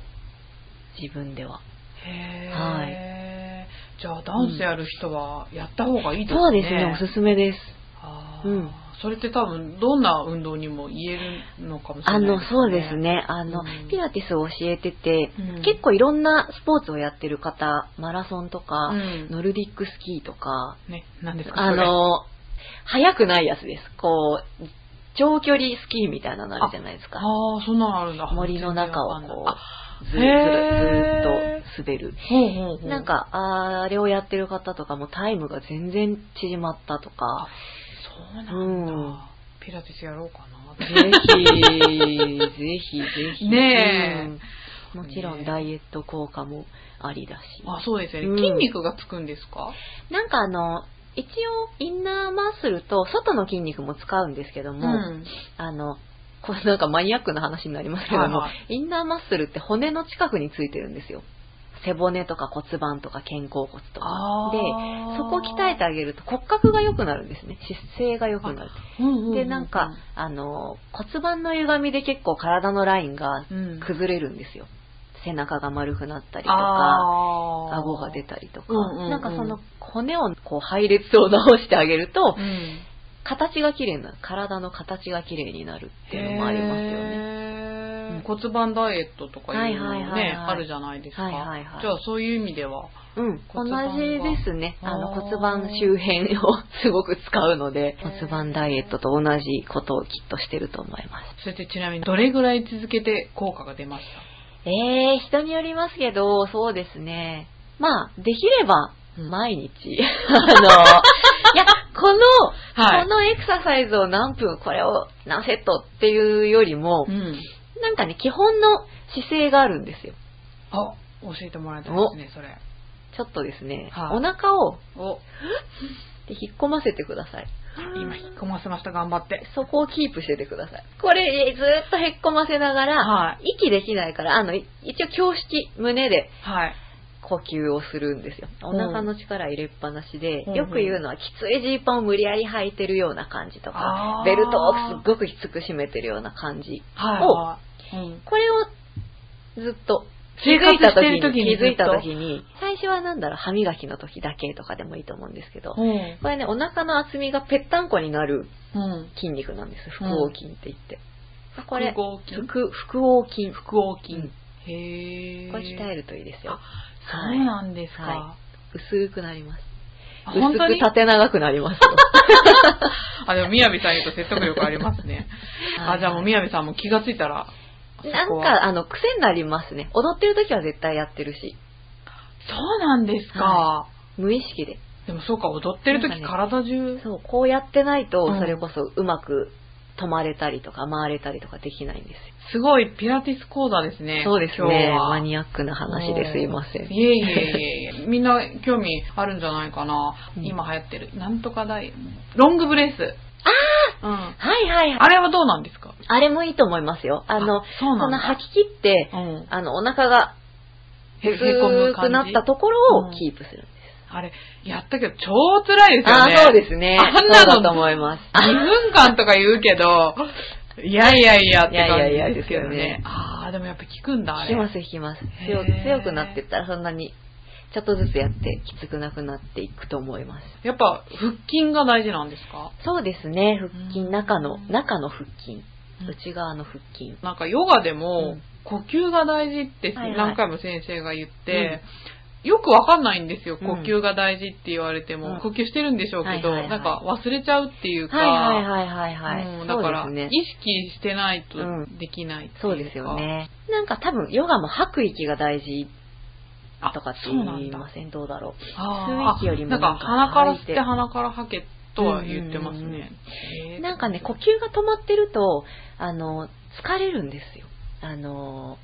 自分では。
へ
は
ーじゃあ、ダンスやる人はやった方がいいですね。
そうですね、おすすめです。
あー
うん
それって多分、どんな運動にも言えるのかもしれ
あ
ない
の、そうです。ね、あの、
うん
ピラティスを教えてて、
うん
結構いろんなスポーツをやってる方、マラソンとか、
うん
ノルディックスキーとか、
ね、何ですか
あ
それ
の、速くないやつです。こう、長距離スキーみたいなのあるじゃないですか。
ああ、そんなのあるんだ。
森の中をこう、ずるず
へー
るずーっと滑る。
う。ほうほうほう
なん、か、あーあれをやってる方とかもタイムが全然縮まったとか、
そうなんだ。
うん
ピラティスやろうかな。
ぜ ひ、ぜひ、ぜひ。
ね
え、もちろんダイエット効果もありだし。
あ、そうですよね、
うん
筋肉がつくんですか
なんかあの、一応、インナーマッスルと外の筋肉も使うんですけども、
ん。
あの、これなんかマニアックな話になりますけども、
はいは
インナーマッスルって骨の近くについてるんですよ。背骨とか骨盤とか肩甲骨とか。で、
あー
そこを鍛えてあげると骨格が良くなるんですね。姿勢が良くなる。
うんうんうん
で、なんか、あの、骨盤の歪みで結構体のラインが
うん、
崩れるんですよ。背中が丸くなったりとか、
あー
顎が出たりとか、
うんうんうん
なんかその骨をこう配列を直してあげると
う、ん。
形が綺麗になる。体の形が綺麗になるっていうのもありますよね。
へー
うん
骨盤ダイエットとかいうのもね、
はいはいはいはい
あるじゃないですか、
はいはいはい
じゃあそういう意味では、
うん、同
骨盤が
じですね。あの
あー
骨盤周辺をすごく使うので、骨盤ダイエットと同じことをきっとしてると思います。
それってちなみにどれぐらい続けて効果が出まし
えー、人によりますけど、そうですね。まあ、できれば、
うん
毎日、 あの、いや、この、
たはい。
このエクササイズを何分、これを何セットっていうよりも
う、ん。
なんかね、基本の姿勢があるんですよ。
あ、教えてもらいたいですね、それ。
ちょっとですね、
はい
お腹を
お、
で引っ込ませてください。
今引っ込ませました、頑張って。
そこをキープしててください。これ、えーずーっとへっこませながら、
はい。
息できないから、あの、い一応胸式、胸で
はい。
呼吸をするんですよ。お腹の力入れっぱなしで、
うん
よく言うのは、きついジーパンを無理やり履いてるような感じと
あ
か
ー、
ベルトをすっごくきつく締めてるような感じ。
はい。うん。
これをずっと、気
生活
づいた
して
時に、
る時に
気づいた
ずっと
時に、最初はなんだろう、歯磨きの時だけとかでもいいと思うんですけど、
うん。
これね、お腹の厚みがぺったんこになる
うん。
筋肉なんです。腹横筋って言って。これ、
腹横筋。
腹、腹横筋。
腹横筋。
うん
へえ。
これ鍛えるといいですよ。
そうなんですか。
は薄くなります。
あ
薄
本当
く
に
縦長くなりますよ。
あ、でも、みやびさん言うと説得力ありますね。 あ、じゃあもうみやびさんも気がついたら。
なん
そこは
か、あの、癖になりますね。踊ってる時は絶対やってるし、
そうなんですか。
は無意識で。
でもそうか、踊ってる時
なんか
体中。
そう、こうやってないと
う、ん
それこそうまく止まれたりとか回れたりとかできないんですよ。
すごいピラティス講座ですね。
そうです
今日
ね。
は
マニアックな話ですいません。
いえいえいえいえ。みんな興味あるんじゃないかな。
うん
今流行ってる。なんとかダイエットロングブレス。ああうん。
はいはいはい。
あれはどうなんですか
あれもいいと思いますよ。あの、
そうな
こ
ん
の
だ。
吐き切って、
うん。
あの、お腹が
へ
薄
へこむ
く
感
な
じ
ったところをキープするんです。
あれ、やったけど超辛いですよ
あ
ね。
あ、そうですね。
あんなの
そうだと思います。
2分間とか言うけど、いやいやいやって
いや
感
いやいや
じですけどね。
ですよね
ああ、でもやっぱ効くんだ、あれ。
引きます、引きます。強
へー
強くなってったらそんなに、ちょっとずつやってきつくなくなっていくと思います。
やっぱ腹筋が大事なんですか
そうですね、腹筋、
うん
中の、中の腹筋
う、ん
内側の腹筋。
なんかヨガで
う
も
ん
呼吸が大事って
はいはい
何回も先生が言って、よくわかんないんですよ、
うん
呼吸が大事って言われても、
うん
呼吸してるんでしょうけど、
はいはいは
な
い
んか忘れちゃうっていうか、
はいはいはいはいはい。
うんだから、
そうですね
意。識してないと
うん
できないっていうか
そうですよ。ね。なんか多分、ヨガも吐く息が大事
あ
とかって
そうな
言
ん
い
だ
ませんどうだろ
あー
吸う息よりも
なんか鼻から吸っ
吐い
て
て
鼻から吐けとは言ってます
うんうんうん
ね。へ
う。
ー
なんかね、呼吸が止まってると、あの、疲れるんですよ。あの、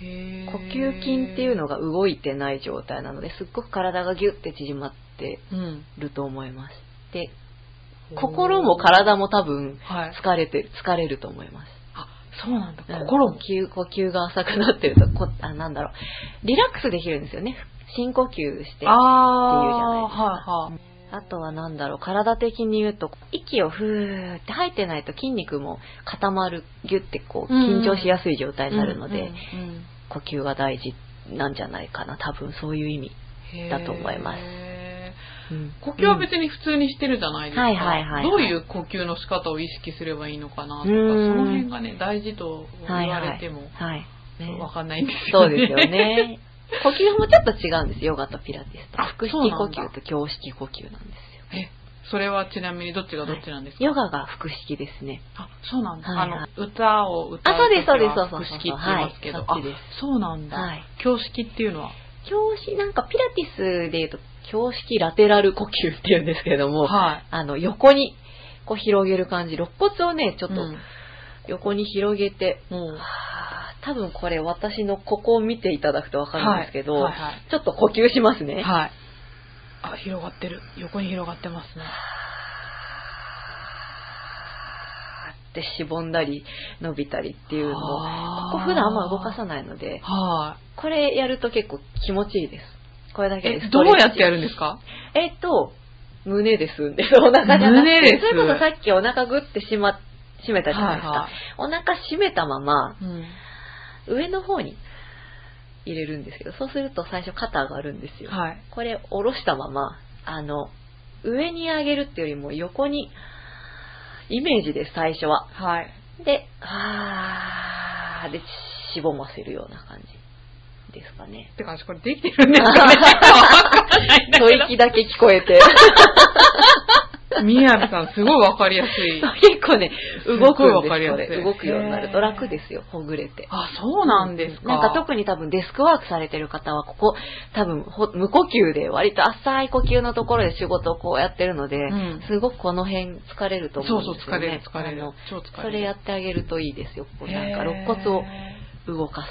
へー
呼吸筋っていうのが動いてない状態なのですっごく体がギュッて縮まって
うん、
ると思います。で、心も体も多分
はい。
疲れて、疲れると思います。
あ、そうなんだ。
うん
心も
呼。吸、呼吸が浅くなってると、こあなんだろう、リラックスできるんですよね。深呼吸して。あ
あ
っていうじゃないですか
あー、はいはい。
とはなんだろう、体的に言うと、息をふーって吐いてないと筋肉も固まる、ギュってこう、
うんうん
緊張しやすい状態になるので、
うんうんうん
呼吸が大事なんじゃないかな、多分そういう意味。だと思います
へー。呼吸は別に普通にしてるじゃないですか。
はいはいはいはい
どういう呼吸の仕方を意識すればいいのかなとか、そ
うん
の辺がね、大事と言われても、
はい。ね
わかんないんです
そ
よね。
うですよ。ね。呼吸もちょっと違うんです。ヨガとピラティスと。
あ
腹式
そうな
呼
んだ
吸と胸式呼吸なんですよ。
え、 それはちなみにどっちがどっちなんですか、
ヨガが腹式ですね。
あ、そうなんだ。
はいはい
あの、歌を歌う
あそうですそうです
時は
そうそうそう
腹式って言いますけど、
はいそっちで
あ、そうなんだ。
はい
胸式っていうのは、
胸式、なんかピラティスで言うと、胸式ラテラル呼吸って言うんですけれども、
はい。
あの、横にこう広げる感じ、肋骨をね、ちょっ
う
と
ん
横に広げて、
うん
はぁ多分これ私のここを見ていただくとわかるんですけど、
はいはい
ちょっと呼吸しますね。
はいはいあ、広がってる。横に広がってますね。
で、しぼんだり、伸びたりっていうのを、
あー
ここ普段あんま動かさないので、
は
これやると結構気持ちいいです。これだ
い。
け
え
です。、
どうやってやるんですか
えっと、胸ですんで、お腹じゃなくて。
胸です
それこそさっきお腹グッてしま、締めたじゃないですか。
は
お腹締めたまま、
いはい。うん
上の方に入れるんですけど、そうすると最初肩上がるんですよ。
はい。
これ、下ろしたまま、あの、上に上げるっていうよりも横に、イメージです、最初は。
はい。
で、はーで、しぼませるような感じですかね。
って感じ、これできてるんですかねわかんないんだ
吐
け
息だけ聞こ えて。
ど。みやびさん、すごいわかりやすい。
結構ね、動くん
すごいわかり
です
や
よ、
すい
これ。動くようになると楽ですよ、ほぐれて。
あ、そうなんですか。
なんか特に多分デスクワークされてる方は、ここ、多分ほ無呼吸で、割と浅い呼吸のところで仕事をこうやってるので、
うん
すごくこの辺疲れると思
そううんそう、
です
疲
よ
れ
ね
る、。疲れ
あ
る
の。
超疲れる。
それやってあげるといいですよ。こうなんか肋骨を
へ
動か
ー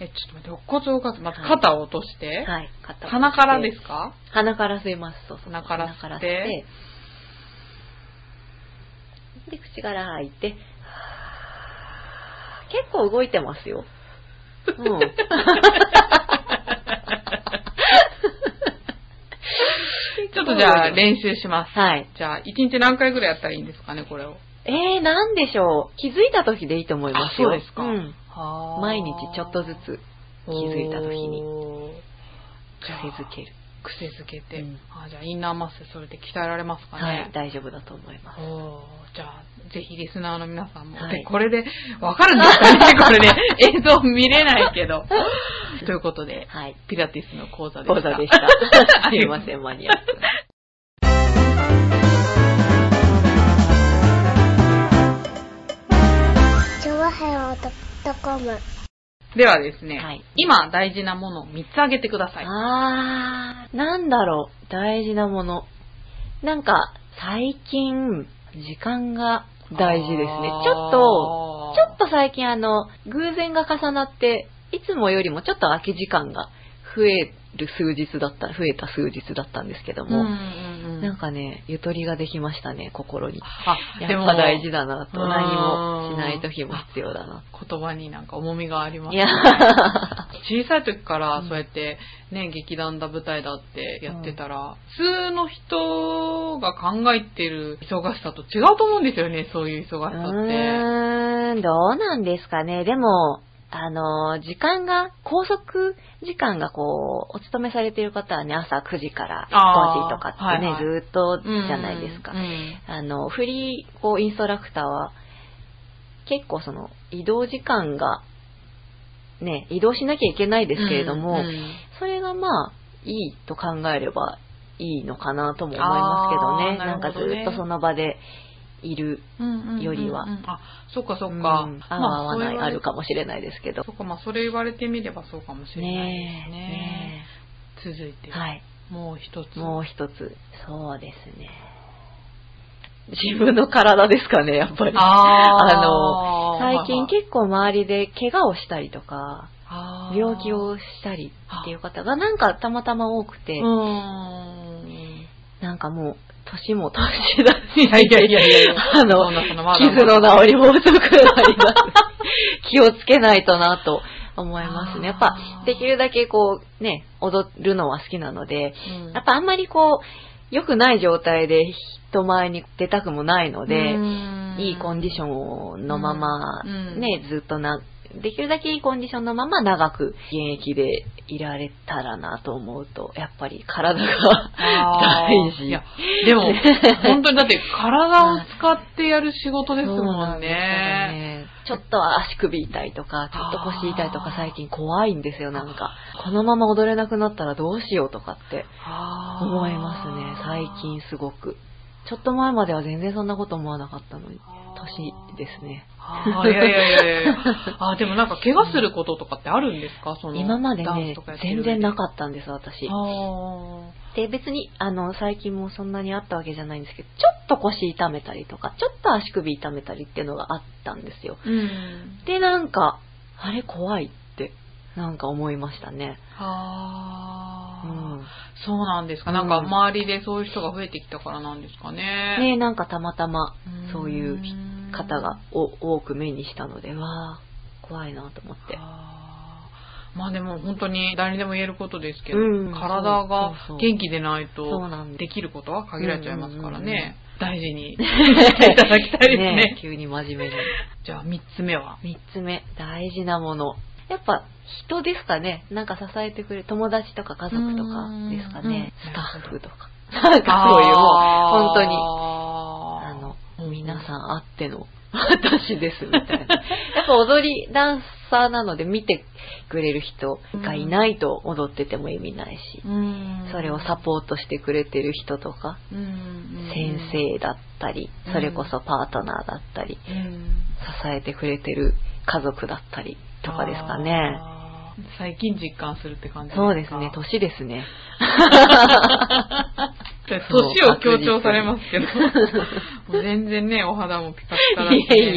え、ちょっと待って、肋骨を動かす。まず肩を落として。
す。はい。肩を
鼻からですか
鼻から吸います。そうそう。
鼻から吸って
鼻吸ってで、口から吐いて。結構動いてますよ。うん。
ちょっとじゃあ練習します。
はい。
じゃあ、一日何回ぐらいやったらいいんですかね、これを。
えー、なんでしょう。気づいた時でいいと思いますよ。
あそうですか
ん毎日ちょっとずつ気づいた時に
に。じゃあ
癖づける。
癖づけて、
うん
あじゃあインナーマッスルそれで鍛えられますか
はい
ね、、
大丈夫だと思います。
おーじゃあぜひリスナーの皆さんも、
はい
でこれでわかるんですか ねこれで映像見れないけどということで
はい。
ピラティスの講座でした
講座でした。 すいません、マニアックな。
ちょわはよ .com
ではですね、
はい
今大事なものを3つ挙げてください
あー、なんだろう、大事なもの。なんか、最近、時間が大事ですね。ちょっと、ちょっと最近あの、偶然が重なって、いつもよりもちょっと空き時間が増える数日だった、増えた数日だったんですけど
うんう
も、
んうん
なんかね、ゆとりができましたね、心に。
あ
や
で
っ
も
ぱ大事だなと。
うん
何もしない時も必要だな。
言葉になんか重みがあります
いや、
小さい時から
うん
そうやってね、劇団だ舞台だってやってたら、普通の人が考えてる忙しさと違うと思うんですよね、そういう忙しさって。
うーん、どうなんですかね。でも、あの、時間が、拘束時間がこう、お勤めされている方はね、朝9時から5
あー
時とかって
はい
ね、
は
ずーっとじゃないですか
うん。うん
あの、フリー、こう、インストラクターは、結構その、移動時間が、ね、移動しなきゃいけないですけれど
う
も、
んうん
それがまあ、いいと考えればいいのかなとも思いますけどね。
あー
な
な
んか
る
ず
ほどね
っとその場でいる。よりは
あ、そっかそっか。
うん
ま
合う合わない、あ、る
か。
かもしれないですけど。
そっか、まあそれ言われてみればそうかもしれないですね。
ね
続い
え
て、
はい。
もう一つ。
もう一つ。そうですね。自分の体ですかね、やっぱり。
あー
最近結構周りで怪我をしたりとか、
あー
病気をしたりっていう方がなんかたまたま多くて、
うん。
なんかもう、年も年だし、
いやいやいやいや
あの
そんなそんなまだ
傷の治りも遅くなります。気をつけないとなと思いますね。やっぱ
あ、ー
できるだけこう、ね、踊るのは好きなので、
うん
やっぱあんまりこう、良くない状態で人前に出たくもないので、
うん
いいコンディションのまま、
うん
ね、ずっとな、できるだけいいコンディションのまま長く現役でいられたらなと思うと、やっぱり体が
あー
大事。
いや、で も、本当にだって体を使ってやる仕事です
そうな
も
ん
ん
です
ね。
よね。 ちょっと足首痛いとか、ちょっと腰痛いとか
あー
最近怖いんですよ、なんか。このまま踊れなくなったらどうしようとかって思
思
いますね、最近。すごく。ちょっと前までは全然そんなこと思わなかったのに、年ですね。
あーいやいやいやい や。あー、でもなんか怪我することとかってあるんですかその。
今まで
ダンス
ね
とかやっ、て
全
る
然な
く
かったんです、私
て。あ
で、別に、あの、最近もそんなにあったわけじゃないんですけど、ちょっと腰痛めたりとか、ちょっと足首痛めたりっていうのがあったんですよ。
ーうん。
で、なんか、あれ怖いって、なんか思いましたね。う
あ
ん。
ーそうなんですか。なんか周りでそういう人が増えてきたからなんですかね。
ねなんかたまたま、
ん
そういう方がお多く目にしたので、わー、怖いなと思って。
あーまあでも本当に誰にでも言えることですけど、
うん
体が
そうそうそう
元気でない
そう
と
なんで
できることは限られちゃいますからね。大事 に
す。
いただきたいですね
ね急に真面目に。
じゃあ3つ目は。
三つ目、大事なもの。やっぱ人ですかね。なんか支えてくれる友達とか家族とかですかね。
うん
スタッフとか。なんかそういうもう、本当に、あ
あ
の、
ー
皆さんあっての私ですみた いな。やっぱ踊り、ダンサーなので見てくれる人がいないと踊ってても意味ないし、
うん
それをサポートしてくれてる人とか、
うん
先生だったり、それこそパートナーだったり、
うん
支えてくれてる家族だったりとかですかね。
あー最近実感するって感じ
そうですね、
年
年ですね。
年を強調されます けど、もう全然ね、お肌もピカピカだし、
いえいえいえ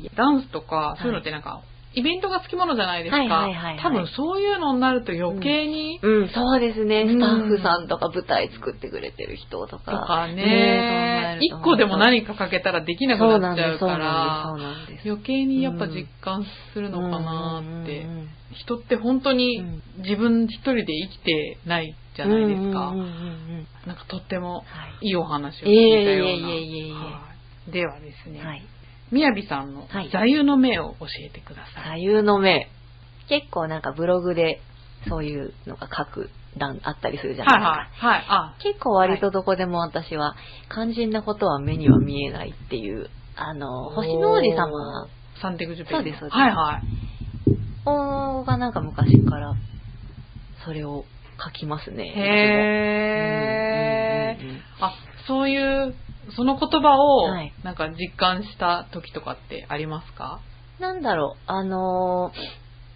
いえ。
ダンスとか
い、
そういうのってなんか、イベントが好きものじゃないですか。
はいはいはいはい
多分そういうのになると余計に、
うん、そうですね。
うん
スタッフさんとか舞台作ってくれてる人とか。
とか
ね
ね、
え
一、個でも何かかけたらできなく
そう
な
な
っ
ん
ち
で
ゃう
す、そう
か
な
ら、
んです、そうなんです。
余計にやっぱ実感するのかなーって、人って本当に
うん
自分一人で生きてないじゃないですか。
うんうんうんうん
なんかとっても
はい
いお話を聞いたような。
いえいえいえいえいえ
はいではです
い。
ね、
はい。
みやびさんの
はい
座右の銘を教えてください。
左右の目。結構なんかブログでそういうのが書く段あったりするじゃない
はい
ですか。
はい。はい。あ、
結構割とどこでも私は肝心なことは目には見えないっていう、あの、星の王子様
サンテグジュペリ
そうですそうです
はいはい。
がなんか昔からそれを書きますね。
へ
うんうんうんう
ー
ん。
あ、そういう、その言葉を
はい、
なんか実感した時とかってありますか
なんだろう、あのー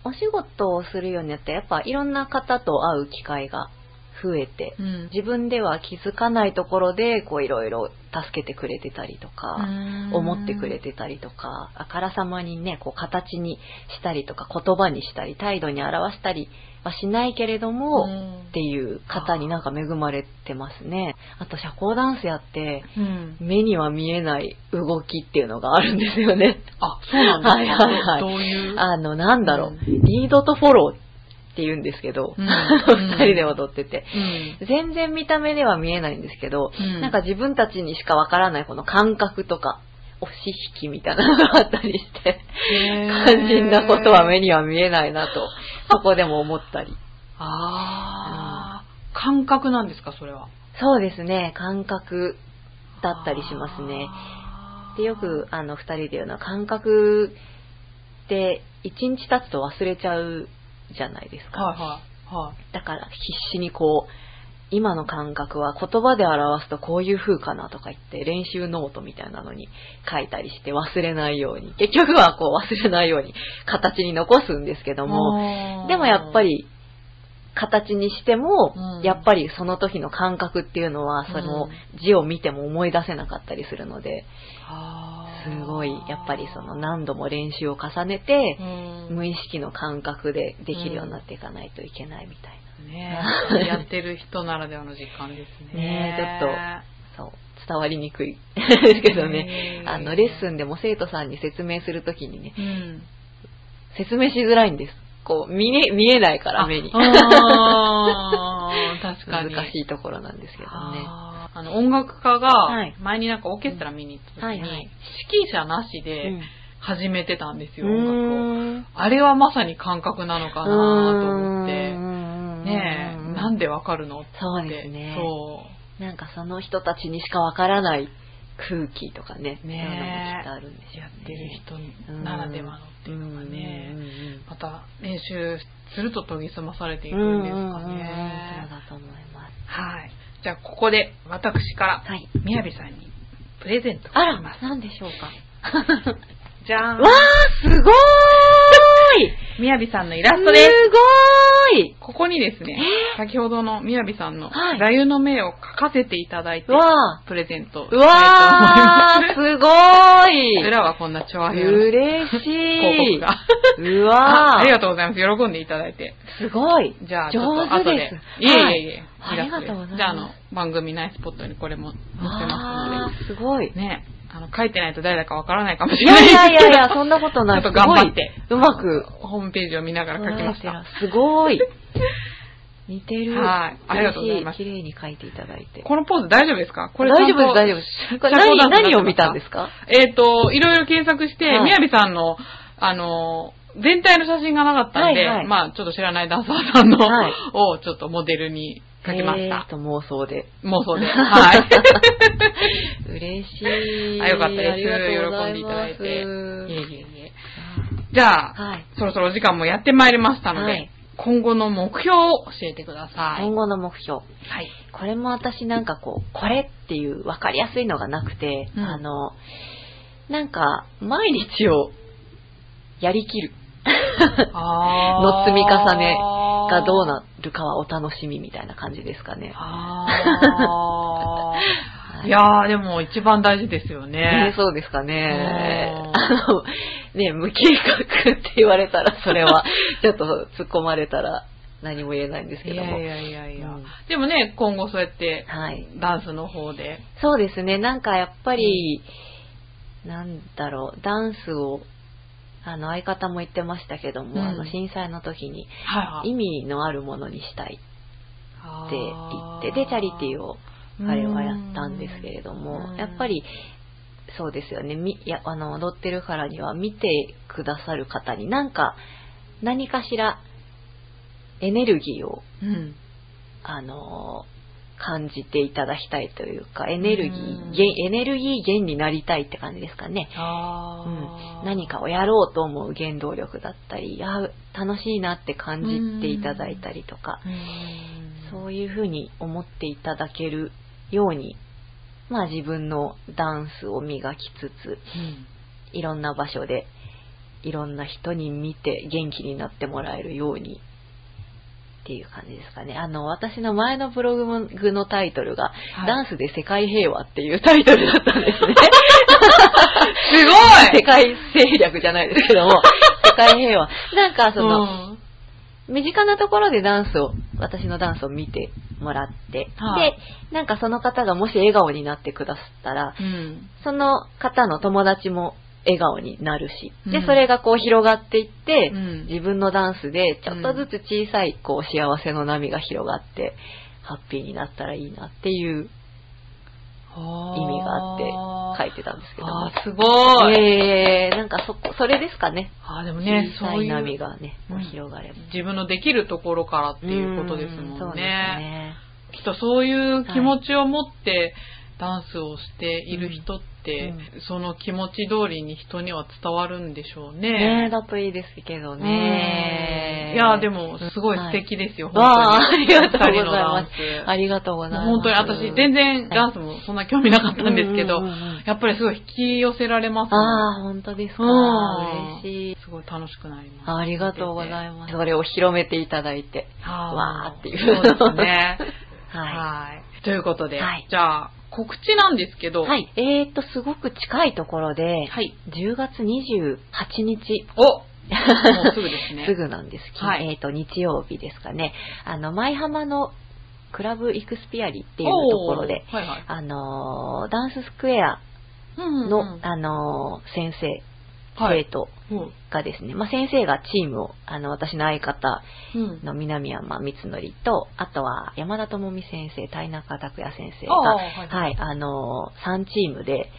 お仕事をするようになってやっぱいろんな方と会う機会が増えて、
うん。
自分では気づかないところで、こういろいろ助けてくれてたりとか、思ってくれ
て。
てたりとか、あからさまにね、こう形にしたりとか、言葉にしたり、態度に表したりはしないけれども、
うん
っていう方になんか恵まれてますね。あと社交ダンスやって、
うん。
目には見えない動きっていうのがあるんですよね。
あ、そうなんだ。
はいはいはい
どどういう。
あの、なんだろう、リードとフォローって言うんですけど、
うん
二人で踊ってて。
うん。
全然見た目では見えないんですけど、
うん
なんか自分たちにしかわからないこの感覚とか、押し引きみたいなのがあったりして、肝心なことは目には見えないなと、そこでも思ったり。
あー、感覚なんですか、それは。
そうですね、感覚だったりしますね。
あー
で、よく、あの、二人で言うのは、感覚って、一日経つと忘れちゃうじゃないですか。
はいはい。はい。
だから、必死にこう、今の感覚は言葉で表すとこういう風かなとか言って、練習ノートみたいなのに書いたりして忘れないように、結局はこう忘れないように形に残すんですけども、
も
でもやっぱ
り、
り、形にしても、
うん
やっぱりその時の感覚っていうのは、そ
う
の
ん
字を見ても思い出せなかったりするので、
あー
すごい、やっぱりその、何度も練習を重ねて
う、ん
無意識の感覚でできるようになっていかないといけないみたい
ねえやってる人ならではの実感ですね。
ねえちょな。そう、伝わりにくいですけどね。
ね
あの、レッス
ン、
ンでも生徒さんに説明するときにね、
うん。
説明しづらいんです。こう、見え、見えないから目に。
あ ー確か
難
に。
しいところなんですけどね。
あーあの、音楽家
は
が
い、
前になんかオーケストラ見に行った時
うんはいは
に
い、
指揮者なしで始めてたんですよ、音楽を。
ん
あれはまさに感覚なのかなと思って。
思
ねえ、なんでわかるのって。
そうですね
そ
なんかその人たちにしかわからない空気とかね、
ねえ
そういうのもきっとあるんで
う。
しょうね。
やってる人ならではのっていうのがね
うん。うんうんうん
また練習すると研ぎ澄まされていくんです
うんうん
か
うんうんそう
ね。
だと思います。
はい。じゃあ、ここで私から、
はい。
みやびさんにプレゼントが
あ
あり
ら、
ます。
なんでしょうか。
じゃーん
わ。ー、すごーい
みやびさんのイラストですす。
ごーい
ここにですね、先ほどのみやびさんの
はい
座右の銘を書かせていただいて、
わ
プレゼントを
ー、う
した
わ
いと思い
ー、
ます
ごーい
す。裏はこんな調和表の
嬉し
広
い
告。が。
う
あ
わ
ありが
ー、
とうございます。喜んでいただいて。
すごい。
じゃあ、ちょっと
上
後
手
で。
です。
いえいえいえ。
はい
イラスト
ありがとうございます
じゃあ、あの、番組内スポットにこれも載ってま
わー、すごい
すので。。ね、あの、書いてないと誰だかわからないかもし
い
れない
や
で
い
す
やいやいや、
けど
そんなことない。
ちょっと頑張って
すごいうまく。
ホームページを見ながら書きました。
すごい。似てる。
はいありがとうございます
嬉し綺麗に書いていただいて。
このポーズ大丈夫ですかこれ
大丈夫です、大
丈
丈夫です。これ
社交ダン
何、
スにな
何
ってますか
を見たんですか
夫。えっ、と、いろいろ検索して、
はい
みやびさんの、あの、全体の写真がなかったんで、
はいはい
まあ、ちょっと知らないダンサーさんの、
はい
をちょっとモデルに書きました
えー。と、妄想で。
妄想 で。はい。
嬉しい。
あよかったです
ありがとうござます
喜んでいたいえいえいえ
あ
じゃあ、
はい。
そろそろお時間もやってまいりましたので、
はい
今後の目標を教えてください。
今後の目標。
はい。
これも私なんかこう、これっていう分かりやすいのがなくて、
うん
あの、なんか、毎日をやりきる
の
の積み重ねがどう
な
なるかはお楽しみみたいな感じですかね。
あ
は
ーいやー、でも一番大事ですよ
ね
ね。
そうですかね
う。ん
あの、ね、無計画って言われたら、そ れは、ちょっと突っ込まれたら何も言えないんですけ
い
ど
や
も
い。やいやいや、
うん
でもね、今後そうやって、
はい。
ダンスの方で。
そうですね、なんかやっぱり、なんだろう、ダンスを、あの、相方も言ってましたけども、
うん
あの、震災の時に、
はい
意味のあるものにしたい
は
っ
い。
て言って、で、チャリティーを彼はやったんですけれど
う
も
ん、
やっぱり、そうですよね、み、いや、あの、踊ってるからには見てくださる方に、なんか、何かしら、エネルギーを、
うん。
あの、感じていただきたいというか、エネルギ
うん
ー、ゲンエネルギー源になりたいって感じですかね。
あ
うん
ー、
何かをやろうと思う原動力だったり、あ楽しいなって感じていただいたりとか、
うん
そういうふうに思っていただけるように、まあ自分のダンスを磨きつつ、
うん
いろんな場所で、いろんな人に見て元気になってもらえるようにっていう感じですかね。あの、私の前のブログのタイトルが、
い
ダンスで世界平和っていうタイトルだったん ですね。
すごい
世界政略じゃないですけど も、世界平和。なんか、その、
うん
身近なところでダンスを、私のダンスを見てもらって、
はい
で、なんかその方がもし笑顔になってくださったら、
うん。
その方の友達も笑顔になるし、
う
で、
ん
それがこう広がっていって、
うん
自分のダンスでちょっとずつ小さいこう幸せの波が広がって、ハッピーになったらいいなっていう意味があって書いてたんですけど
あ
も。
ー、すごい。
えー、なんかそこ、それですかね。
あー、でもね、
小
そ
さ
う
い
い
波
う
がね、
うん
こう広がれば。
自分のできるところからっていうことです
うん
も
そ
ん
うです
ね。
ね。
きっとそういう気持ちを持ってダンスをしている人って、
う
その気持ち通りに人には伝わるんでしょう
ね
ね。
え、だといいですけどね。
いや、で
も、
も、すごい素敵ですよ、
わあ、あ
本当に
りがとうござい
二人のダ
ま
ン
す。
ス
ありがとうございます。
本当に私、全然ダンスもそんな興味なかったんですけど
うんうんうんうん、
やっぱりすごい引き寄せられますね
ああ、本当ですか。
うん
嬉しい。
すごい楽しくなります。
ありがとうございます。それを広めていただいて。
は
わーっていう
そうですね。
は
はい。ということで
はい、
じゃあ、告知なんですけ
い。
ど、
はい。えーっと、すごく近いところで、
はい。
10月28日、
おもうすぐですね。
すぐなんですけど、
はい
えーっと、日曜日ですかね。あの、舞浜のクラブイクスピアリっていう
おー
ところで、
はいはい。
あのーダンススクエアの、
の
あのー先生、
はい
生徒
うん
がですね、まあ、先生がチームを、あの、私の相方
うん
の南山光則と、あとは山田智美先生、田中拓也先生
ああ
が、
はいはい
はい、あのー、3チームで、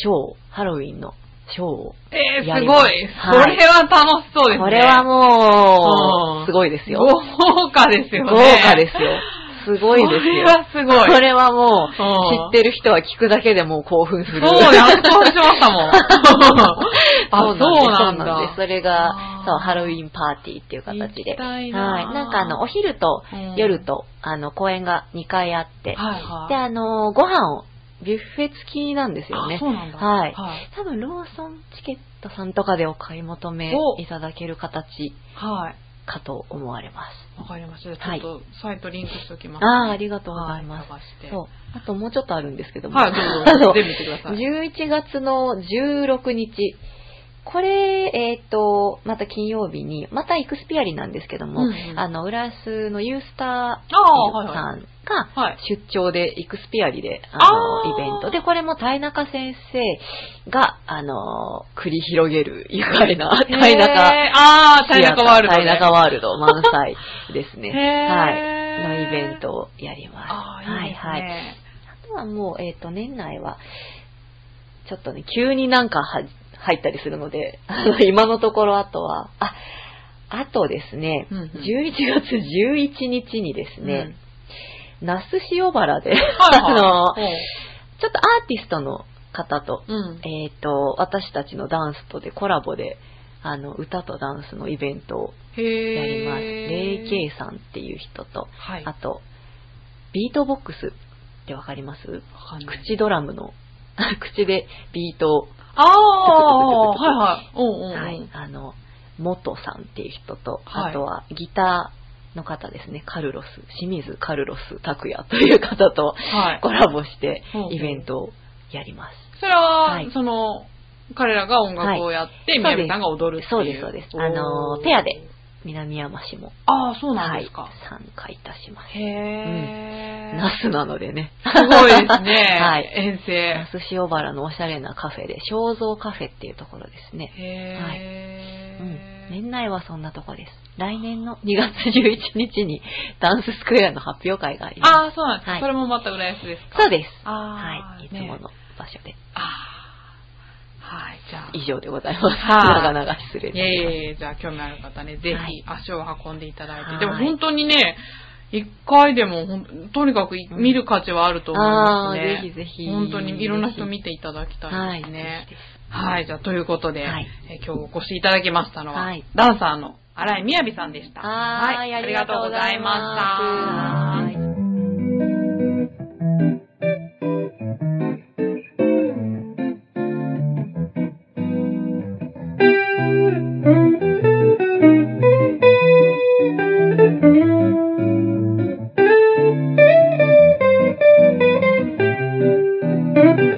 ショーを、ハロウィンのショーを、
えー、
や
す
りま
ご
す
い。
は
そ
い
れは楽しそうですね。
これは
う
も
ん
う、すごいですよ。
豪華ですよね。
豪華ですよ。すごいで
こ
すよ。
れはすごい。
これはもう、
うん
知ってる人は聞くだけでもう興奮する。
そう、やっとしました もん。あ、そうなん
そうなんです。
だ。
それが
あー、
そう、ハロウィンパーティーっていう形
行
で。
きた
はいい。
な
なんかあの、お昼と
うん
夜と、あの、公演が2回あって、
はいはい。
で、あの、ご飯を、ビュッフェ付きなんですよ
あ
ね。
そうなんだ。
はい
はい。
多分、ローソンチケットさんとかでお買い求め
お
いただける形
はい
かと思われます。
わかりました。
はい
ちょっと、サイトリンクしておきます。
ああー、ありがとうございます。
はい探して
そう。あともうちょっとあるんですけども。
はい、
あ
どうぞ
の。
全部見てください。
11月の16日、これ、えっ、と、また金曜日に、またイクスピアリなんですけども、
うんうん
あの、浦安のユースタ
ああ、
ー
はい
さ
はい。
んが
はい。
出張で、イクスピアリで、あの、
あー
イベント。で、これも田中先生が、あの、繰り広げる愉快な田
へ
中、
ー。ああ、タイナカワールド
田
ね。
中ワールド満載ですね。
へー
はい。のイベントをやります。
ああ、いいですね。
はいはい。あとはもう、えっ、と、年内は、ちょっとね、急になんかは入ったりするので、 あの今のところあとは、あ、あとですね、
うんうん
11月11日にですね、那須塩 原で、
うん。はい
あの、
はい。
ちょっとアーティストの方と、
の、うん。
えっ、と、私たちのダンスとでコラボで、あの、歌とダンスのイベントを
へえ。
やります。レイケイさんっていう人と、
はい。
あと、ビートボックスってわかります
わかんない
口ドラムの、 口でビートを、
ああ、
ちょっとちょっとちょっと
はいはい。うんうんうん。
はい、あの、元さんっていう人と、
はい
あとはギターの方ですね、カルロス、清水カルロス拓也という方 と
はい
コラボして
ほうほう
イベントをやります。
それは、
はい
その、彼らが音楽をやって、
い
みやみさんが踊るっていう。
そうですそうですそうですあの
おー
ペアで。南山市も、
ああ、そうな
は
んで
い
すか。、
参加いたします。
へえ。
ナスなのでね。
すごいですね。
はい
遠
那
征。
須塩原のおしゃれなカフェで、肖像カフェっていうところですね。はい
へ
うん
え。
年内はそんなとこです。来年の2月11日にダンススクエアの発表会があります。
ああ、そうなんですか。
はい
それもまた浦安ですか
そうです。
ああ、
はい。いつ
ね
もの場所で。
ああ。はい、じゃあ。
以上でございます。
はい
長々失礼い
い
た
やいや
し
いや、じゃあ興味ある方ね、ぜ
はい
ひ足を運んでいただいて。
はい
でも本当にね、一回でもほん、とにかくい
うん
見る価値はあると思いますね。
あーぜひぜひ
本当にいろんな人見ていただきた
ます。はいい。
ですね。
ぜ
はい、じゃあということで、
はい
えー今日お越しいただきましたのは、
はい
ダンサーの荒井みやびさんでした。
はいありがとうございます。
ありがとうございました。
はい
うん。ム。